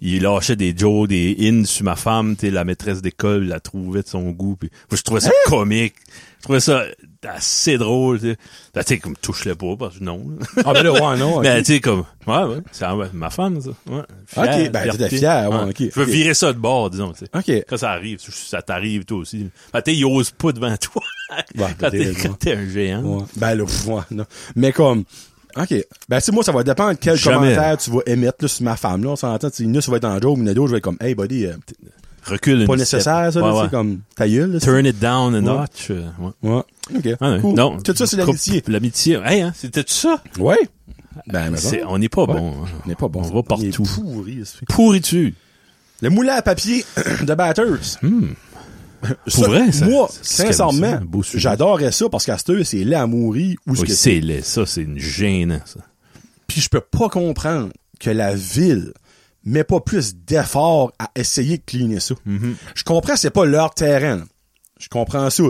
[SPEAKER 2] il lâchait des jokes, des in sur ma femme, tu sais, la maîtresse d'école la trouvait de son goût, puis moi, je trouvais ça
[SPEAKER 1] Hein?
[SPEAKER 2] comique. Je trouvais ça assez drôle, tu sais. Ben, tu sais, comme, touche-le pas, parce que non. là.
[SPEAKER 1] Ah, ben là, ouais, non. ok.
[SPEAKER 2] Mais tu sais, comme, ouais, ouais, c'est ouais, ma femme, ça. Ouais,
[SPEAKER 1] Ok, ben,
[SPEAKER 2] fierté.
[SPEAKER 1] t'étais fier, ouais, ok,
[SPEAKER 2] Je veux
[SPEAKER 1] ok.
[SPEAKER 2] virer ça de bord, disons, tu sais.
[SPEAKER 1] Ok.
[SPEAKER 2] Quand ça arrive, ça t'arrive, toi aussi. Ben, tu sais, il ose pas devant toi.
[SPEAKER 1] Ouais,
[SPEAKER 2] quand
[SPEAKER 1] t'as des
[SPEAKER 2] t'es
[SPEAKER 1] raisons.
[SPEAKER 2] quand t'es un géant.
[SPEAKER 1] Ouais. Ben là, pff, ouais, non. Mais comme, OK. Ben, tu sais, moi, ça va dépendre quel
[SPEAKER 2] Jamais.
[SPEAKER 1] commentaire tu vas émettre, là, sur ma femme, là. On s'entend, tu sais, une, ça va être en joke, une d'autres, je vais être comme, hey, buddy, euh,
[SPEAKER 2] Recule une
[SPEAKER 1] pas nécessaire, ça,
[SPEAKER 2] step.
[SPEAKER 1] là,
[SPEAKER 2] Ouais,
[SPEAKER 1] tu
[SPEAKER 2] ouais.
[SPEAKER 1] sais, comme, ta gueule, là, c'est-
[SPEAKER 2] Turn it down a
[SPEAKER 1] Ouais.
[SPEAKER 2] notch. euh, ouais.
[SPEAKER 1] Ouais. OK.
[SPEAKER 2] Ah, ouais.
[SPEAKER 1] Cool.
[SPEAKER 2] Non.
[SPEAKER 1] Tout ça, c'est
[SPEAKER 2] Coupe-
[SPEAKER 1] l'amitié.
[SPEAKER 2] L'amitié. Hey, hein, c'était tout ça?
[SPEAKER 1] Ouais. Ben, mais
[SPEAKER 2] C'est-
[SPEAKER 1] bon.
[SPEAKER 2] on n'est pas
[SPEAKER 1] Ouais.
[SPEAKER 2] bon. hein.
[SPEAKER 1] On n'est pas bon.
[SPEAKER 2] On va
[SPEAKER 1] est
[SPEAKER 2] partout.
[SPEAKER 1] pourri, ce truc.
[SPEAKER 2] Pourris-tu?
[SPEAKER 1] Le moulin à papier de Batters.
[SPEAKER 2] Pour vrai, ça-
[SPEAKER 1] Moi,
[SPEAKER 2] c'est- c'est
[SPEAKER 1] sincèrement,
[SPEAKER 2] un beau sujet.
[SPEAKER 1] j'adorais ça parce qu'à cette heure, c'est là à mourir ou ce
[SPEAKER 2] Oui,
[SPEAKER 1] que
[SPEAKER 2] c'est laid. Ça, c'est une gênant, ça. Ah,
[SPEAKER 1] Puis je peux pas comprendre que la ville met pas plus d'efforts à essayer de cleaner ça.
[SPEAKER 2] Mm-hmm.
[SPEAKER 1] Je comprends, c'est pas leur terrain. là. Je comprends ça. là.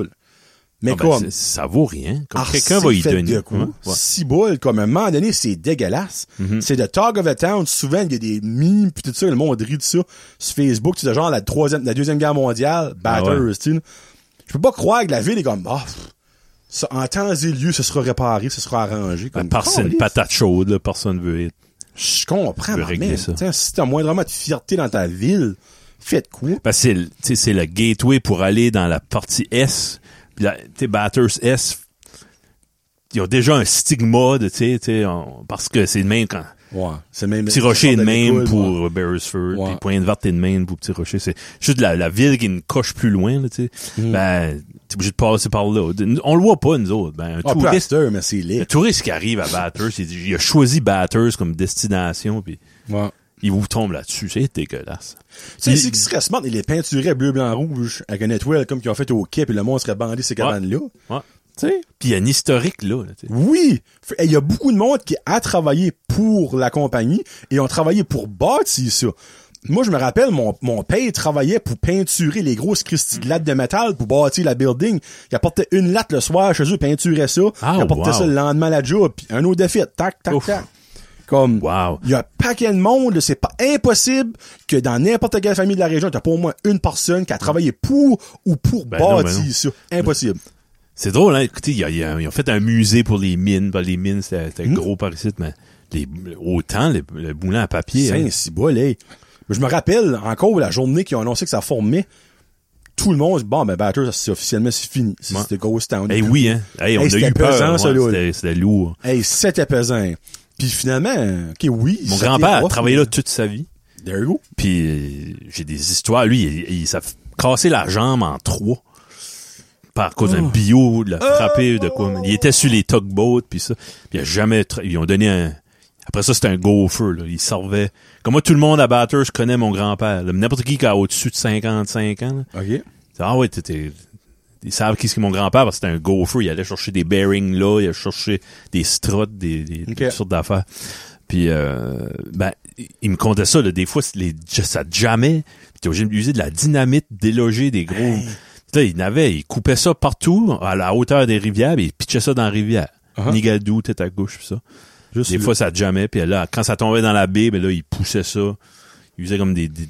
[SPEAKER 1] Mais
[SPEAKER 2] Ah, ben,
[SPEAKER 1] comme,
[SPEAKER 2] c'est- ça vaut rien. Comme
[SPEAKER 1] ah,
[SPEAKER 2] quelqu'un
[SPEAKER 1] c'est
[SPEAKER 2] va y
[SPEAKER 1] fait
[SPEAKER 2] donner. hein?
[SPEAKER 1] De quoi?
[SPEAKER 2] Ouais, Mm-hmm. ouais.
[SPEAKER 1] Six boules, comme à un moment donné, c'est dégueulasse. C'est de Talk of the Town. Souvent, il y a des mimes, puis tout ça, le monde rit de ça. Sur Facebook, tu sais, genre la troisième, la deuxième guerre mondiale, batters,
[SPEAKER 2] Ah ouais.
[SPEAKER 1] tu sais. Je peux pas croire que la ville est comme, ah, pff, ça, en temps et lieu, ce sera réparé, ce sera arrangé.
[SPEAKER 2] Ben,
[SPEAKER 1] Comme,
[SPEAKER 2] parce que c'est une
[SPEAKER 1] Caliste.
[SPEAKER 2] patate chaude, là, personne veut être.
[SPEAKER 1] Je comprends,
[SPEAKER 2] veux
[SPEAKER 1] mais
[SPEAKER 2] régler
[SPEAKER 1] man,
[SPEAKER 2] ça.
[SPEAKER 1] tiens, si t'as moindrement de fierté dans ta ville, faites quoi?
[SPEAKER 2] Ben, c'est, le- tu sais, c'est le gateway pour aller dans la partie S. Puis la- Tu sais, Batters S, ils ont déjà un stigma de, tu sais, tu sais, on- parce que c'est le même quand.
[SPEAKER 1] Ouais, c'est le même.
[SPEAKER 2] Petit Rocher est de
[SPEAKER 1] sorte
[SPEAKER 2] même
[SPEAKER 1] l'école, ouais.
[SPEAKER 2] pour euh, Beresford,
[SPEAKER 1] Ouais.
[SPEAKER 2] puis Pointe Verte est de même pour Petit Rocher. C'est juste la, la ville qui est une coche plus loin, là, tu sais.
[SPEAKER 1] Mm.
[SPEAKER 2] Ben, t'es obligé de passer par là. De- On le voit pas, nous autres. Ben,
[SPEAKER 1] Ah,
[SPEAKER 2] un
[SPEAKER 1] plus à cette
[SPEAKER 2] touriste,
[SPEAKER 1] heure, mais c'est
[SPEAKER 2] un
[SPEAKER 1] laid.
[SPEAKER 2] touriste qui arrive à Batters, il, dit- il a choisi Batters comme destination, puis
[SPEAKER 1] Ouais.
[SPEAKER 2] il vous tombe là-dessus. C'est dégueulasse.
[SPEAKER 1] Tu sais,
[SPEAKER 2] Il-
[SPEAKER 1] c'est qui serait smart, il les peinturait bleu, blanc, rouge, avec un étoile comme qu'ils ont fait au quai, puis le monde serait bandé ces cabanes-là.
[SPEAKER 2] Ouais.
[SPEAKER 1] Tu sais?
[SPEAKER 2] Puis il y a un historique, là, là, tu sais.
[SPEAKER 1] Oui! F- et Il y a beaucoup de monde qui a travaillé pour la compagnie et ont travaillé pour bâtir ça. Moi, je me rappelle, mon, mon père travaillait pour peinturer les grosses Christie de lattes de métal pour bâtir la building. Il apportait une latte le soir chez eux, il peinturait ça.
[SPEAKER 2] Ah,
[SPEAKER 1] il apportait
[SPEAKER 2] wow.
[SPEAKER 1] ça le lendemain à la job, puis un autre défi. Tac, tac,
[SPEAKER 2] Ouf.
[SPEAKER 1] tac. Comme,
[SPEAKER 2] Wow.
[SPEAKER 1] il y a un paquet de monde, là, c'est pas impossible que dans n'importe quelle famille de la région, t'as pas au moins une personne qui a travaillé pour ou pour
[SPEAKER 2] Ben non, ben
[SPEAKER 1] bâtir
[SPEAKER 2] non.
[SPEAKER 1] ça. Impossible. Hmm?
[SPEAKER 2] C'est drôle, hein. Écoutez, il y a- il y a- ils ont fait un musée pour les mines. Ben, les mines, c'était c'était gros par ici, mais les, autant le, le moulin à papier. hein.
[SPEAKER 1] Cinq, six bols, hey. Mais Je me rappelle encore la journée qu'ils ont annoncé que ça formait. Tout le monde, bon, ben, Batters, c'est officiellement, c'est fini. C'est-
[SPEAKER 2] Ouais.
[SPEAKER 1] C'était Ghost Town.
[SPEAKER 2] Eh oui, hein. Hey, on
[SPEAKER 1] Hey,
[SPEAKER 2] a
[SPEAKER 1] c'était
[SPEAKER 2] eu peur.
[SPEAKER 1] pesant, ça,
[SPEAKER 2] ouais,
[SPEAKER 1] là.
[SPEAKER 2] c'était- c'était lourd.
[SPEAKER 1] Hey, c'était pesant. Puis finalement, ok, oui.
[SPEAKER 2] Mon
[SPEAKER 1] c'était
[SPEAKER 2] grand-père a
[SPEAKER 1] rough,
[SPEAKER 2] travaillé
[SPEAKER 1] mais-
[SPEAKER 2] là toute sa vie.
[SPEAKER 1] There you go.
[SPEAKER 2] Puis euh, j'ai des histoires. Lui, il, il s'est cassé la jambe en trois par cause d'un bio, de la frappé, de quoi. Il était sur les tugboats, puis ça. Puis il a jamais... tra- Ils ont donné un... Après ça, c'était un gopher, là. Il servait... Comme moi, tout le monde à Batters connaît mon grand-père. là. N'importe qui qui a au-dessus de 55 ans, là.
[SPEAKER 1] Ok.
[SPEAKER 2] Ah ouais, t'étais... Ils savent qui c'est mon grand-père parce que c'était un gopher. Il allait chercher des bearings là, il allait chercher des struts, des, des-
[SPEAKER 1] Ok.
[SPEAKER 2] toutes sortes d'affaires. Puis, euh, ben, il- il me comptait ça. Là, des fois, c'est les, ça jamais. Puis t'es obligé d'user de la dynamite, déloger des gros... Puis Là, il n'avait, il coupait ça partout à la hauteur des rivières, puis il pitchait ça dans la rivière.
[SPEAKER 1] Uh-huh.
[SPEAKER 2] Nigadou, tête à gauche, puis ça.
[SPEAKER 1] Juste
[SPEAKER 2] Des
[SPEAKER 1] là.
[SPEAKER 2] fois, ça jamais. Puis là, quand ça tombait dans la baie, ben là, il poussait ça. Il usait comme des, des-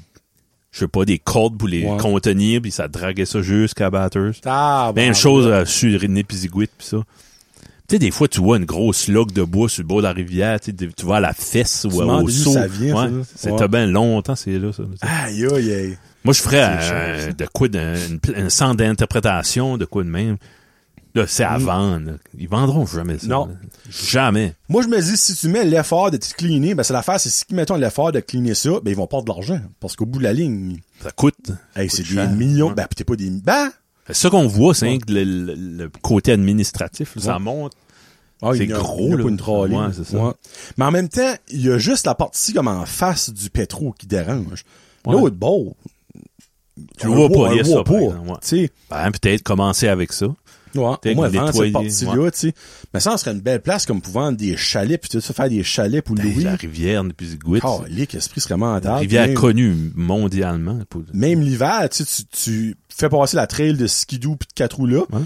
[SPEAKER 2] je sais pas, des cordes pour les
[SPEAKER 1] Ouais.
[SPEAKER 2] contenir, puis ça draguait ça jusqu'à Batters.
[SPEAKER 1] Ah,
[SPEAKER 2] Même
[SPEAKER 1] bon,
[SPEAKER 2] chose
[SPEAKER 1] là.
[SPEAKER 2] euh, sur Népizigouit, puis ça. Tu sais, des fois, tu vois une grosse log de bois sur le bord de la rivière, tu sais, des- tu vois à la fesse ou
[SPEAKER 1] Tu
[SPEAKER 2] euh,
[SPEAKER 1] demandes
[SPEAKER 2] au
[SPEAKER 1] d'où
[SPEAKER 2] seau.
[SPEAKER 1] ça vient, ça,
[SPEAKER 2] Ouais.
[SPEAKER 1] là.
[SPEAKER 2] C'était
[SPEAKER 1] Ouais.
[SPEAKER 2] bien longtemps, c'est là, ça.
[SPEAKER 1] Aïe, aïe, aïe.
[SPEAKER 2] Moi, je ferais
[SPEAKER 1] C'est
[SPEAKER 2] euh, de quoi, d'un- une pla- un centre d'interprétation, de quoi de même. Là, c'est à vendre. là. Ils vendront jamais ça.
[SPEAKER 1] Mm. Non.
[SPEAKER 2] là. Jamais.
[SPEAKER 1] Moi, je me dis, si tu mets l'effort de te cleaner, ben, c'est l'affaire, c'est si tu mets l'effort de cleaner ça, ben, ils vont perdre de l'argent. Parce qu'au bout de la ligne,
[SPEAKER 2] Ça coûte.
[SPEAKER 1] hey,
[SPEAKER 2] Ça
[SPEAKER 1] c'est
[SPEAKER 2] coûte
[SPEAKER 1] des
[SPEAKER 2] cher.
[SPEAKER 1] millions,
[SPEAKER 2] Ouais.
[SPEAKER 1] ben, t'es pas des, ben,
[SPEAKER 2] C'est ça qu'on voit, c'est rien que le, le- le côté administratif. là, Ça
[SPEAKER 1] Ouais.
[SPEAKER 2] monte.
[SPEAKER 1] Ah,
[SPEAKER 2] C'est
[SPEAKER 1] il y a-
[SPEAKER 2] gros,
[SPEAKER 1] il y a
[SPEAKER 2] là.
[SPEAKER 1] pas une trolley.
[SPEAKER 2] Ouais, c'est ça.
[SPEAKER 1] Mais en même temps, il y a juste la partie comme en face du pétro qui dérange.
[SPEAKER 2] Ouais.
[SPEAKER 1] L'autre bord,
[SPEAKER 2] Tu
[SPEAKER 1] on
[SPEAKER 2] le vois
[SPEAKER 1] le
[SPEAKER 2] pas,
[SPEAKER 1] on
[SPEAKER 2] il y a
[SPEAKER 1] le
[SPEAKER 2] ça,
[SPEAKER 1] voit
[SPEAKER 2] par
[SPEAKER 1] pas.
[SPEAKER 2] exemple, ouais.
[SPEAKER 1] Tu sais,
[SPEAKER 2] Ben, peut-être commencer avec ça.
[SPEAKER 1] ouais, au moins
[SPEAKER 2] qu'il
[SPEAKER 1] vendre
[SPEAKER 2] nettoie,
[SPEAKER 1] cette partie-là, tu sais. Mais ça, on serait une belle place comme pour vendre des chalets puis tout ça, faire des chalets pour
[SPEAKER 2] Hey,
[SPEAKER 1] louer.
[SPEAKER 2] Ben, La rivière Népizigouit.
[SPEAKER 1] Ben Oh, l'esprit serait rentable.
[SPEAKER 2] rivière
[SPEAKER 1] Même-
[SPEAKER 2] connue mondialement. pour-
[SPEAKER 1] Même l'hiver, tu, sais, tu, tu fais passer la trail de skidoo puis de quatre roues là,
[SPEAKER 2] Ouais.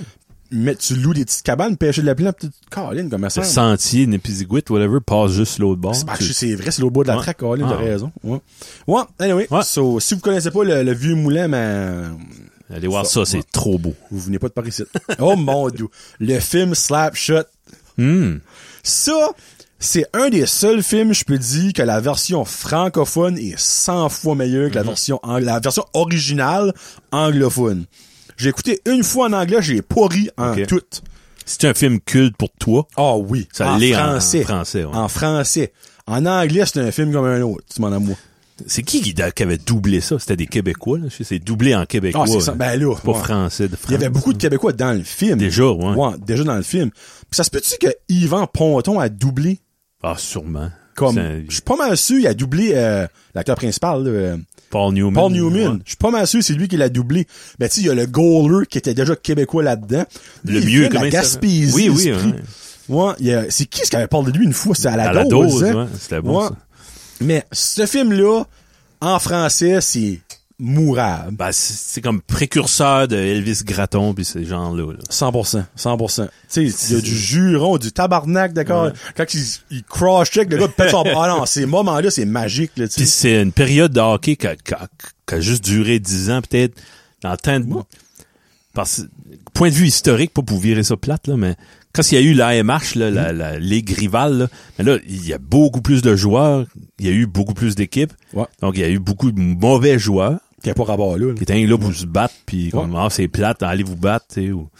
[SPEAKER 1] mais tu loues des petites cabanes, pêcher de la plaine, pis tu Caroline, comme
[SPEAKER 2] Le
[SPEAKER 1] ça.
[SPEAKER 2] sentier Népizigouit, whatever, passe juste l'autre bord.
[SPEAKER 1] C'est pas
[SPEAKER 2] Tu-
[SPEAKER 1] que c'est vrai, c'est l'autre bout de la
[SPEAKER 2] Ouais.
[SPEAKER 1] traque, Caroline, t'as
[SPEAKER 2] Ah.
[SPEAKER 1] raison. Ouais. Ouais, anyway.
[SPEAKER 2] Ouais.
[SPEAKER 1] So, si vous connaissez pas le, le vieux moulin, mais
[SPEAKER 2] Allez voir ça,
[SPEAKER 1] Ça,
[SPEAKER 2] c'est
[SPEAKER 1] ouais.
[SPEAKER 2] trop beau.
[SPEAKER 1] vous venez pas de Paris ici. oh mon dieu. Le film Slapshot.
[SPEAKER 2] Hmm.
[SPEAKER 1] Ça, c'est un des seuls films, je peux dire, que la version francophone est 100 fois meilleure
[SPEAKER 2] Mhm.
[SPEAKER 1] que la version ang- la version originale anglophone. J'ai écouté une fois en anglais, j'ai pas ri en
[SPEAKER 2] Ok.
[SPEAKER 1] tout.
[SPEAKER 2] C'est un film culte pour toi.
[SPEAKER 1] Ah oui.
[SPEAKER 2] Ça
[SPEAKER 1] en
[SPEAKER 2] l'est en- en
[SPEAKER 1] français.
[SPEAKER 2] français, ouais.
[SPEAKER 1] En français. En anglais, c'est un film comme un autre, tu m'en as moi.
[SPEAKER 2] C'est qui qui, da- qui avait doublé ça? C'était des Québécois, là. je sais, C'est doublé en Québécois.
[SPEAKER 1] Ah, c'est ça.
[SPEAKER 2] là.
[SPEAKER 1] Ben là,
[SPEAKER 2] C'est pas
[SPEAKER 1] ouais.
[SPEAKER 2] français de France.
[SPEAKER 1] Il y avait beaucoup de Québécois dans le film.
[SPEAKER 2] Déjà, ouais.
[SPEAKER 1] Ouais, déjà dans le film. Puis ça se peut-tu que Yvan Ponton a doublé
[SPEAKER 2] Ah, sûrement.
[SPEAKER 1] comme.
[SPEAKER 2] C'est-
[SPEAKER 1] Je suis pas mal sûr, il a doublé euh, l'acteur principal, là, euh,
[SPEAKER 2] Paul Newman.
[SPEAKER 1] Paul Newman.
[SPEAKER 2] ouais.
[SPEAKER 1] Je suis pas mal sûr, c'est lui qui l'a doublé. Mais tu sais, il y a le goaler qui était déjà Québécois là-dedans. Lui,
[SPEAKER 2] Le
[SPEAKER 1] il
[SPEAKER 2] mieux,
[SPEAKER 1] vient de la
[SPEAKER 2] comment ça-
[SPEAKER 1] Gaspésie.
[SPEAKER 2] Oui, oui,
[SPEAKER 1] esprit.
[SPEAKER 2] ouais.
[SPEAKER 1] Ouais, il y a- c'est qui ce qui avait parlé de lui une fois? C'est à la
[SPEAKER 2] À la
[SPEAKER 1] dose,
[SPEAKER 2] dose,
[SPEAKER 1] hein?
[SPEAKER 2] ouais, c'était bon, ça.
[SPEAKER 1] Mais ce film-là, en français, c'est mourable.
[SPEAKER 2] Ben, c'est c'est comme précurseur de Elvis Gratton puis ces gens-là. là.
[SPEAKER 1] 100%, 100%. Tu sais, il y a du juron, du tabarnak, d'accord? Quand il, il cross-check, le gars pète son... Ah non, ces moments-là, c'est magique, là, tu
[SPEAKER 2] Puis
[SPEAKER 1] sais.
[SPEAKER 2] c'est une période de hockey qui a, qui a- qui a juste duré 10 ans, peut-être, dans le temps de... Parce point de vue historique, pas pour virer ça plate, là, mais quand il y a eu l'AMH, là, la, la Ligue rivale, là, mais là, il y a beaucoup plus de joueurs, il y a eu beaucoup plus d'équipes,
[SPEAKER 1] Ouais.
[SPEAKER 2] donc il y a eu beaucoup de mauvais joueurs
[SPEAKER 1] Il y a pas rapport là, là.
[SPEAKER 2] qui étaient là pour se battre, puis comme, ah, c'est plate, allez vous battre, tu sais, ou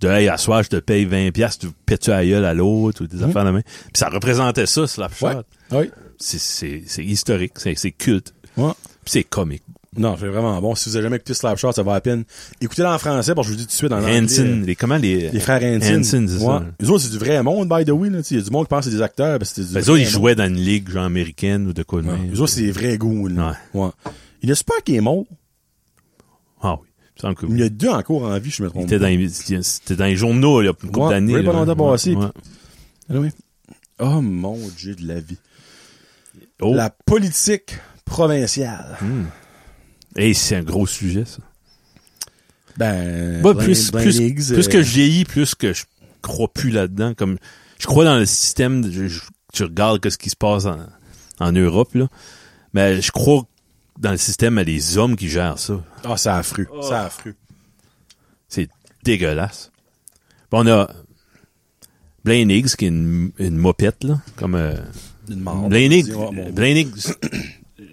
[SPEAKER 2] de hey, à soir, je te paye 20$, piastres, tu pètes la gueule à l'autre, ou des affaires de même. Puis ça représentait ça, Slapshot.
[SPEAKER 1] Mhm. Ouais. Oui.
[SPEAKER 2] C'est- C'est c'est historique, c'est c'est culte.
[SPEAKER 1] Ouais.
[SPEAKER 2] Puis c'est comique.
[SPEAKER 1] Non, c'est vraiment bon. Si vous avez jamais écouté Slapshot, ça va à peine. Écoutez-le en français, parce que je vous dis tout de suite en anglais.
[SPEAKER 2] Hanson, les, comment les...
[SPEAKER 1] Les frères Hanson.
[SPEAKER 2] Hanson, c'est
[SPEAKER 1] Ouais.
[SPEAKER 2] ça.
[SPEAKER 1] Les autres, c'est du vrai monde, by the way, là. tu sais. Il y a du monde qui pense que c'est des acteurs, parce que c'est du
[SPEAKER 2] Les
[SPEAKER 1] vrai
[SPEAKER 2] Ben, autres, ils
[SPEAKER 1] monde.
[SPEAKER 2] jouaient dans une ligue, genre américaine ou de quoi de
[SPEAKER 1] Ouais.
[SPEAKER 2] même.
[SPEAKER 1] Les autres, c'est des vrais ghouls, là. Ouais. Il y a Spock qui est mort.
[SPEAKER 2] Ah oui. Il me semble que
[SPEAKER 1] Il y en a deux encore en vie, je me trompe.
[SPEAKER 2] c'était dans, les- c'était dans les journaux, là, une couple
[SPEAKER 1] Ouais,
[SPEAKER 2] d'années.
[SPEAKER 1] oui, pas
[SPEAKER 2] là.
[SPEAKER 1] longtemps
[SPEAKER 2] Ouais,
[SPEAKER 1] passé.
[SPEAKER 2] ouais.
[SPEAKER 1] Ah oui. Oh mon dieu de la vie.
[SPEAKER 2] Oh, Hmm.
[SPEAKER 1] La politique provinciale.
[SPEAKER 2] hey, c'est un gros sujet, ça.
[SPEAKER 1] Ben,
[SPEAKER 2] Bah,
[SPEAKER 1] Blaine-
[SPEAKER 2] plus,
[SPEAKER 1] Blaine
[SPEAKER 2] plus,
[SPEAKER 1] Higgs,
[SPEAKER 2] plus
[SPEAKER 1] euh,
[SPEAKER 2] que je vieillis, plus que je crois plus là-dedans. Comme je crois dans le système, de- je, je- tu regardes que ce qui se passe en, en Europe là, mais je crois dans le système à les hommes qui gèrent ça.
[SPEAKER 1] Ah, c'est affreux. C'est affreux.
[SPEAKER 2] C'est dégueulasse. Puis On a Blaine Higgs, qui est une, une mopette, là, comme... Euh,
[SPEAKER 1] Une marde.
[SPEAKER 2] Blaine Higgs,
[SPEAKER 1] Dis, oh, mon-
[SPEAKER 2] Blaine Higgs,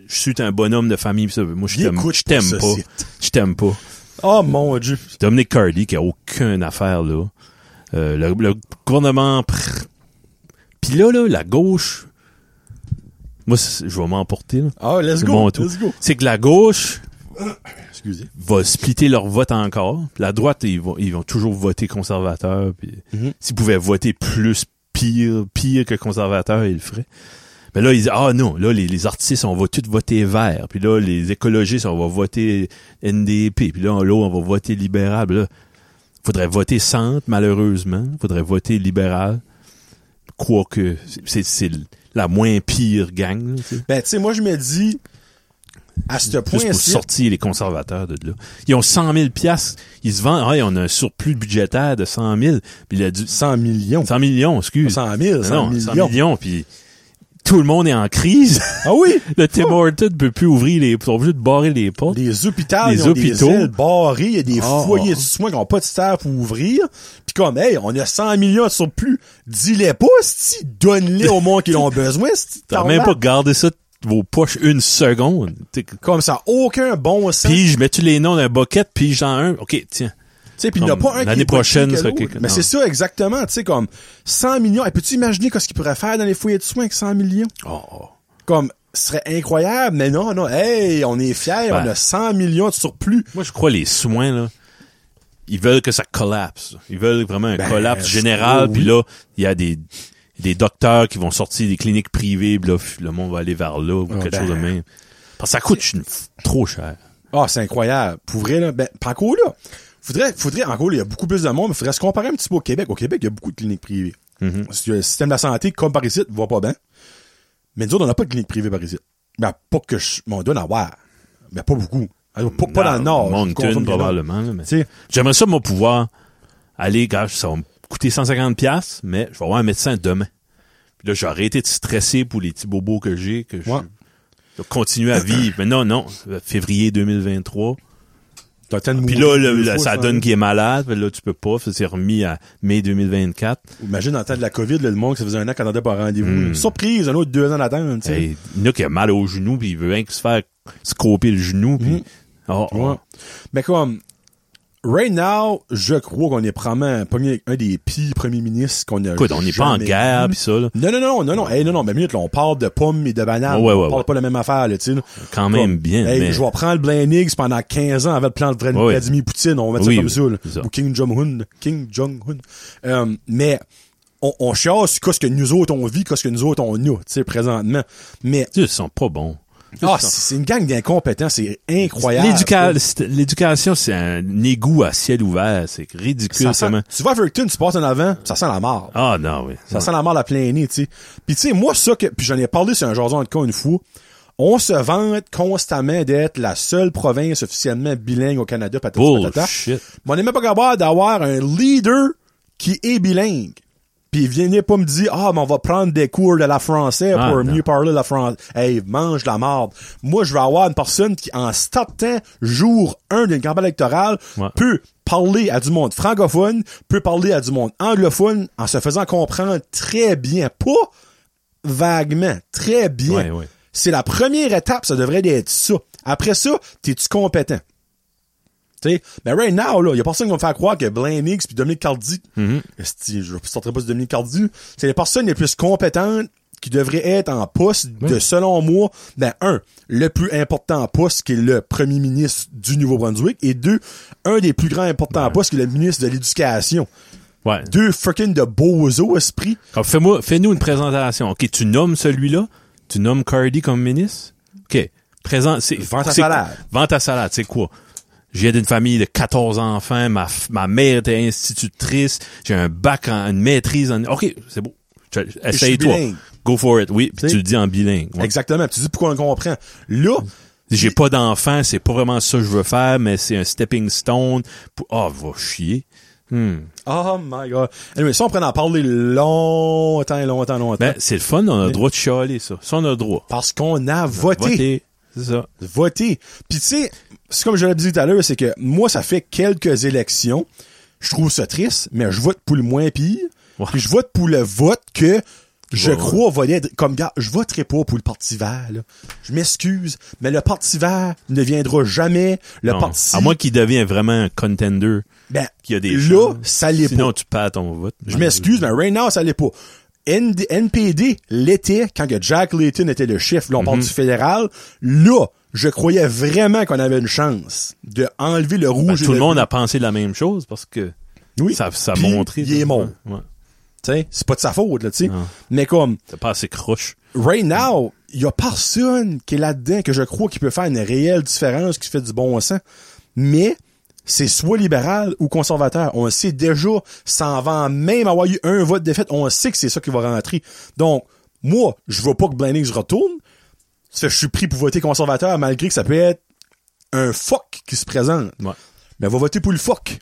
[SPEAKER 2] je suis un bonhomme de famille, pis ça, moi, je
[SPEAKER 1] Il
[SPEAKER 2] t'aime
[SPEAKER 1] écoute
[SPEAKER 2] je t'aime
[SPEAKER 1] pas
[SPEAKER 2] pas.
[SPEAKER 1] ceci.
[SPEAKER 2] Je t'aime pas.
[SPEAKER 1] Oh mon dieu.
[SPEAKER 2] Dominic Cardy qui a aucune affaire là. Euh, le, le gouvernement. pr- Puis là, là, la gauche. Moi, c'est- je vais m'emporter. là.
[SPEAKER 1] Ah, let's
[SPEAKER 2] C'est
[SPEAKER 1] go.
[SPEAKER 2] mon tour.
[SPEAKER 1] let's go.
[SPEAKER 2] C'est que la gauche
[SPEAKER 1] Excusez.
[SPEAKER 2] va splitter leur vote encore. Puis La droite, ils vont, ils vont toujours voter conservateur. Puis
[SPEAKER 1] Mhm.
[SPEAKER 2] S'ils pouvaient voter plus pire, pire que conservateur, ils le feraient. Mais là, ils disent, ah non, là, les, les artistes, on va tous voter vert. Puis là, les écologistes, on va voter NDP. Puis là, on- là, on va voter libéral. Puis là, faudrait voter centre, malheureusement. Faudrait voter libéral. Quoique, c'est, c'est la moins pire gang. là, tu sais.
[SPEAKER 1] Ben, tu sais, moi, je me dis, à ce
[SPEAKER 2] Juste pour
[SPEAKER 1] point-ci,
[SPEAKER 2] sortir les conservateurs de là. Ils ont 100 000 piastres. Ils se vendent, ah, on a un surplus budgétaire de 100 000. Puis il a dû,
[SPEAKER 1] 100 millions.
[SPEAKER 2] 100 millions, excuse.
[SPEAKER 1] 100 000, 100
[SPEAKER 2] non, 100
[SPEAKER 1] millions.
[SPEAKER 2] millions. Puis tout le monde est en crise.
[SPEAKER 1] Ah oui!
[SPEAKER 2] le Tim Horton peut plus ouvrir les, ils sont obligés de barrer les portes.
[SPEAKER 1] Les hôpitaux,
[SPEAKER 2] Les
[SPEAKER 1] ils ont
[SPEAKER 2] hôpitaux.
[SPEAKER 1] des ailes barrées, il y a des
[SPEAKER 2] Ah.
[SPEAKER 1] foyers de soins qui n'ont pas de staff pour ouvrir. Puis comme, hey, on a 100 millions de surplus, dis-les pas, si donne-les au monde qui l'ont besoin, si
[SPEAKER 2] T'as même pas gardé ça de vos poches une seconde. T'es-
[SPEAKER 1] Comme ça, aucun bon sens.
[SPEAKER 2] Puis je mets-tu les noms d'un bucket, puis j'en un. OK, tiens.
[SPEAKER 1] Tu sais, puis il n'y en a
[SPEAKER 2] Comme
[SPEAKER 1] pas un qui
[SPEAKER 2] l'année
[SPEAKER 1] est pas
[SPEAKER 2] prochaine,
[SPEAKER 1] pire que
[SPEAKER 2] ça,
[SPEAKER 1] l'autre.
[SPEAKER 2] quelque-
[SPEAKER 1] Mais
[SPEAKER 2] non.
[SPEAKER 1] c'est ça, exactement. Tu sais, comme 100 millions. Et peux-tu imaginer qu'est-ce qu'ils pourraient faire dans les foyers de soins avec 100 millions?
[SPEAKER 2] Oh, oh.
[SPEAKER 1] Comme, ce serait incroyable, mais non, non. Hey, on est fiers,
[SPEAKER 2] Ben.
[SPEAKER 1] on a 100 millions de surplus.
[SPEAKER 2] Moi, je crois les soins, là, ils veulent que ça collapse. Ils veulent vraiment un
[SPEAKER 1] Ben,
[SPEAKER 2] collapse
[SPEAKER 1] je
[SPEAKER 2] général.
[SPEAKER 1] crois,
[SPEAKER 2] Puis
[SPEAKER 1] oui.
[SPEAKER 2] là, il y a des, des docteurs qui vont sortir des cliniques privées. Puis là, f- le monde va aller vers là ou
[SPEAKER 1] Ah,
[SPEAKER 2] quelque
[SPEAKER 1] ben.
[SPEAKER 2] chose de même. Parce que ça coûte une f- trop cher.
[SPEAKER 1] Ah, c'est incroyable. Pour vrai, là, ben, pis encore là, faudrait, faudrait, encore là, il y a beaucoup plus de monde, mais faudrait se comparer un petit peu au Québec. Au Québec, il y a beaucoup de cliniques privées.
[SPEAKER 2] Mhm.
[SPEAKER 1] Parce que le système de la santé, comme par ici, va pas bien. Mais nous autres, on n'a pas de clinique privée par ici. Ben, pas que je, mais on doit en avoir. Mais pas beaucoup. Alors, pas, pas dans le nord. je
[SPEAKER 2] Moncton,
[SPEAKER 1] confirme que non.
[SPEAKER 2] probablement. là, mais-
[SPEAKER 1] Tu sais,
[SPEAKER 2] J'aimerais ça, moi, pouvoir aller, gars, ça va me coûter 150$, piastres, mais je vais avoir un médecin demain. Puis là, j'aurais été stressé pour les petits bobos que j'ai, que je
[SPEAKER 1] Ouais.
[SPEAKER 2] je vais continuer à vivre. Mais non, non, février 2023.
[SPEAKER 1] t'as le temps de
[SPEAKER 2] Puis là,
[SPEAKER 1] mourir
[SPEAKER 2] le-
[SPEAKER 1] deux
[SPEAKER 2] la-
[SPEAKER 1] fois,
[SPEAKER 2] ça donne qu'il est malade. Puis là, tu peux pas. Ça s'est remis à mai 2024.
[SPEAKER 1] Imagine, dans le temps de la COVID, là, le monde, ça faisait un an qu'on attendait pas un rendez-vous.
[SPEAKER 2] Hmm.
[SPEAKER 1] Surprise, un autre deux ans d'attente, tu sais.
[SPEAKER 2] Hey, il y en a qui a mal au genou, puis il veut rien que se faire scoper le genou. Puis,
[SPEAKER 1] Mhm.
[SPEAKER 2] oh, oh.
[SPEAKER 1] Ouais. Mais comme, right now, je crois qu'on est probablement un, premier- un des pires premiers ministres qu'on a
[SPEAKER 2] Écoute, on n'est pas en
[SPEAKER 1] jamais
[SPEAKER 2] guerre,
[SPEAKER 1] eu.
[SPEAKER 2] puis ça, là.
[SPEAKER 1] Non, non, non, non, non, hey, non, non, mais minute, là, on parle de pommes et de bananes.
[SPEAKER 2] Ouais, ouais,
[SPEAKER 1] on parle
[SPEAKER 2] ouais.
[SPEAKER 1] pas la même affaire, là, tu sais. là.
[SPEAKER 2] quand même
[SPEAKER 1] Comme,
[SPEAKER 2] bien.
[SPEAKER 1] Hey,
[SPEAKER 2] mais-
[SPEAKER 1] je vais prendre Blaine Higgs pendant 15 ans avant de prendre Vladimir
[SPEAKER 2] Ouais.
[SPEAKER 1] Vladimir Poutine. On va mettre
[SPEAKER 2] Oui,
[SPEAKER 1] ça comme ça,
[SPEAKER 2] oui,
[SPEAKER 1] là.
[SPEAKER 2] c'est ça.
[SPEAKER 1] Ou King Jong-un. King Jong-un. Euh, mais, on, on chiasse sur qu'est-ce que nous autres on vit, qu'est-ce que nous autres on a, tu sais, présentement. Mais,
[SPEAKER 2] Tu sais, Ils sont pas bons.
[SPEAKER 1] ah, c'est c'est une gang d'incompétents, c'est incroyable.
[SPEAKER 2] L'éduca- c'est- L'éducation, c'est un égout à ciel ouvert. C'est ridicule.
[SPEAKER 1] Ça sent-
[SPEAKER 2] comment-
[SPEAKER 1] tu vas à Everton, tu passes en avant, ça sent la mort.
[SPEAKER 2] Ah non, oui.
[SPEAKER 1] Ça sent la mort à plein nez, tu sais. Puis tu sais, moi, ça que... Puis j'en ai parlé sur un jason de cas une fois. On se vante constamment d'être la seule province officiellement bilingue au Canada, patati patata.
[SPEAKER 2] Bullshit.
[SPEAKER 1] Mais on n'est même pas capable d'avoir un leader qui est bilingue. Puis venez pas me dire, ah, mais on va prendre des cours de la français
[SPEAKER 2] Ah,
[SPEAKER 1] pour
[SPEAKER 2] non.
[SPEAKER 1] mieux parler la français. Hey, mange la marde. Moi, je veux avoir une personne qui, en startant jour 1 d'une campagne électorale,
[SPEAKER 2] Ouais.
[SPEAKER 1] peut parler à du monde francophone, peut parler à du monde anglophone, en se faisant comprendre très bien. Pas vaguement, très bien.
[SPEAKER 2] Ouais, ouais.
[SPEAKER 1] C'est la première étape, ça devrait être ça. Après ça, t'es-tu compétent? T'sais, mais right now, là, y a personne qui va me faire croire que Blaine Higgs puis Dominique Cardi,
[SPEAKER 2] Mm-hmm.
[SPEAKER 1] Esti, je sortirai pas sur Dominique Cardi, c'est les personnes les plus compétentes qui devraient être en poste de, selon moi, ben, un, le plus important poste qui est le premier ministre du Nouveau-Brunswick et deux, un des plus grands importants postes qui est le ministre de l'Éducation.
[SPEAKER 2] Ouais.
[SPEAKER 1] Deux fucking de bozos esprit.
[SPEAKER 2] Alors, Ah, fais-moi, fais-nous une présentation. OK, tu nommes celui-là. Tu nommes Cardi comme ministre. OK. Présent, c'est,
[SPEAKER 1] Vente à
[SPEAKER 2] c'est-
[SPEAKER 1] salade.
[SPEAKER 2] Vente à salade, c'est quoi? Je viens d'une famille de 14 enfants. Ma, f- ma mère était institutrice. J'ai un bac en, une maîtrise en, OK, c'est beau. Je- Essaye-toi.
[SPEAKER 1] bilingue.
[SPEAKER 2] Go for it. Oui. Puis
[SPEAKER 1] sais.
[SPEAKER 2] tu le dis en bilingue. Ouais.
[SPEAKER 1] Exactement. Puis Tu dis pourquoi on comprend. Là,
[SPEAKER 2] J'ai pas d'enfant, c'est pas vraiment ça que je veux faire, mais c'est un stepping stone. pour- Ah, va chier. Hmm.
[SPEAKER 1] Oh my god. Anyway, ça, on pourrait en parler longtemps, longtemps, longtemps.
[SPEAKER 2] Ben, c'est le fun, on a le droit de chialer, ça. Ça, on a le droit.
[SPEAKER 1] parce qu'on a voté.
[SPEAKER 2] Voter. C'est ça.
[SPEAKER 1] Voté. Puis tu sais, c'est comme je l'ai dit tout à l'heure, c'est que moi, ça fait quelques élections. Je trouve ça triste, mais je vote pour le moins pire.
[SPEAKER 2] Ouais.
[SPEAKER 1] Puis je vote pour le vote que je
[SPEAKER 2] Ouais, ouais.
[SPEAKER 1] crois voler comme gars, je voterai pas pour le Parti vert, là. Je m'excuse, mais le Parti vert ne viendra jamais. Le
[SPEAKER 2] Non.
[SPEAKER 1] Parti...
[SPEAKER 2] À moins qu'il devienne vraiment un contender
[SPEAKER 1] ben,
[SPEAKER 2] qui a des
[SPEAKER 1] là,
[SPEAKER 2] chances.
[SPEAKER 1] ça l'est pas.
[SPEAKER 2] Sinon, tu perds ton vote.
[SPEAKER 1] Je m'excuse, mais right now, ça l'est pas. ND NPD, l'été, quand que Jack Layton était le chef, là,
[SPEAKER 2] Mhm.
[SPEAKER 1] on parle du fédéral, là, je croyais vraiment qu'on avait une chance de enlever le
[SPEAKER 2] Ben,
[SPEAKER 1] rouge et
[SPEAKER 2] tout le monde
[SPEAKER 1] bleu.
[SPEAKER 2] a pensé la même chose parce que
[SPEAKER 1] Oui.
[SPEAKER 2] ça, ça a
[SPEAKER 1] Puis,
[SPEAKER 2] montré.
[SPEAKER 1] il est mort.
[SPEAKER 2] Ouais.
[SPEAKER 1] Tu sais, C'est pas de sa faute, là, tu sais.
[SPEAKER 2] Non.
[SPEAKER 1] Mais comme,
[SPEAKER 2] T'as pas assez croche.
[SPEAKER 1] right now, il y a personne qui est là-dedans que je crois qui peut faire une réelle différence, qui fait du bon sens. Mais, c'est soit libéral ou conservateur. On le sait déjà, sans avant même avoir eu un vote défaite, on sait que c'est ça qui va rentrer. Donc, moi, je veux pas que Blandings retourne. Parce que je suis pris pour voter conservateur, malgré que ça peut être un fuck qui se présente.
[SPEAKER 2] Ouais. Mm-hmm.
[SPEAKER 1] Mais on va voter pour le fuck.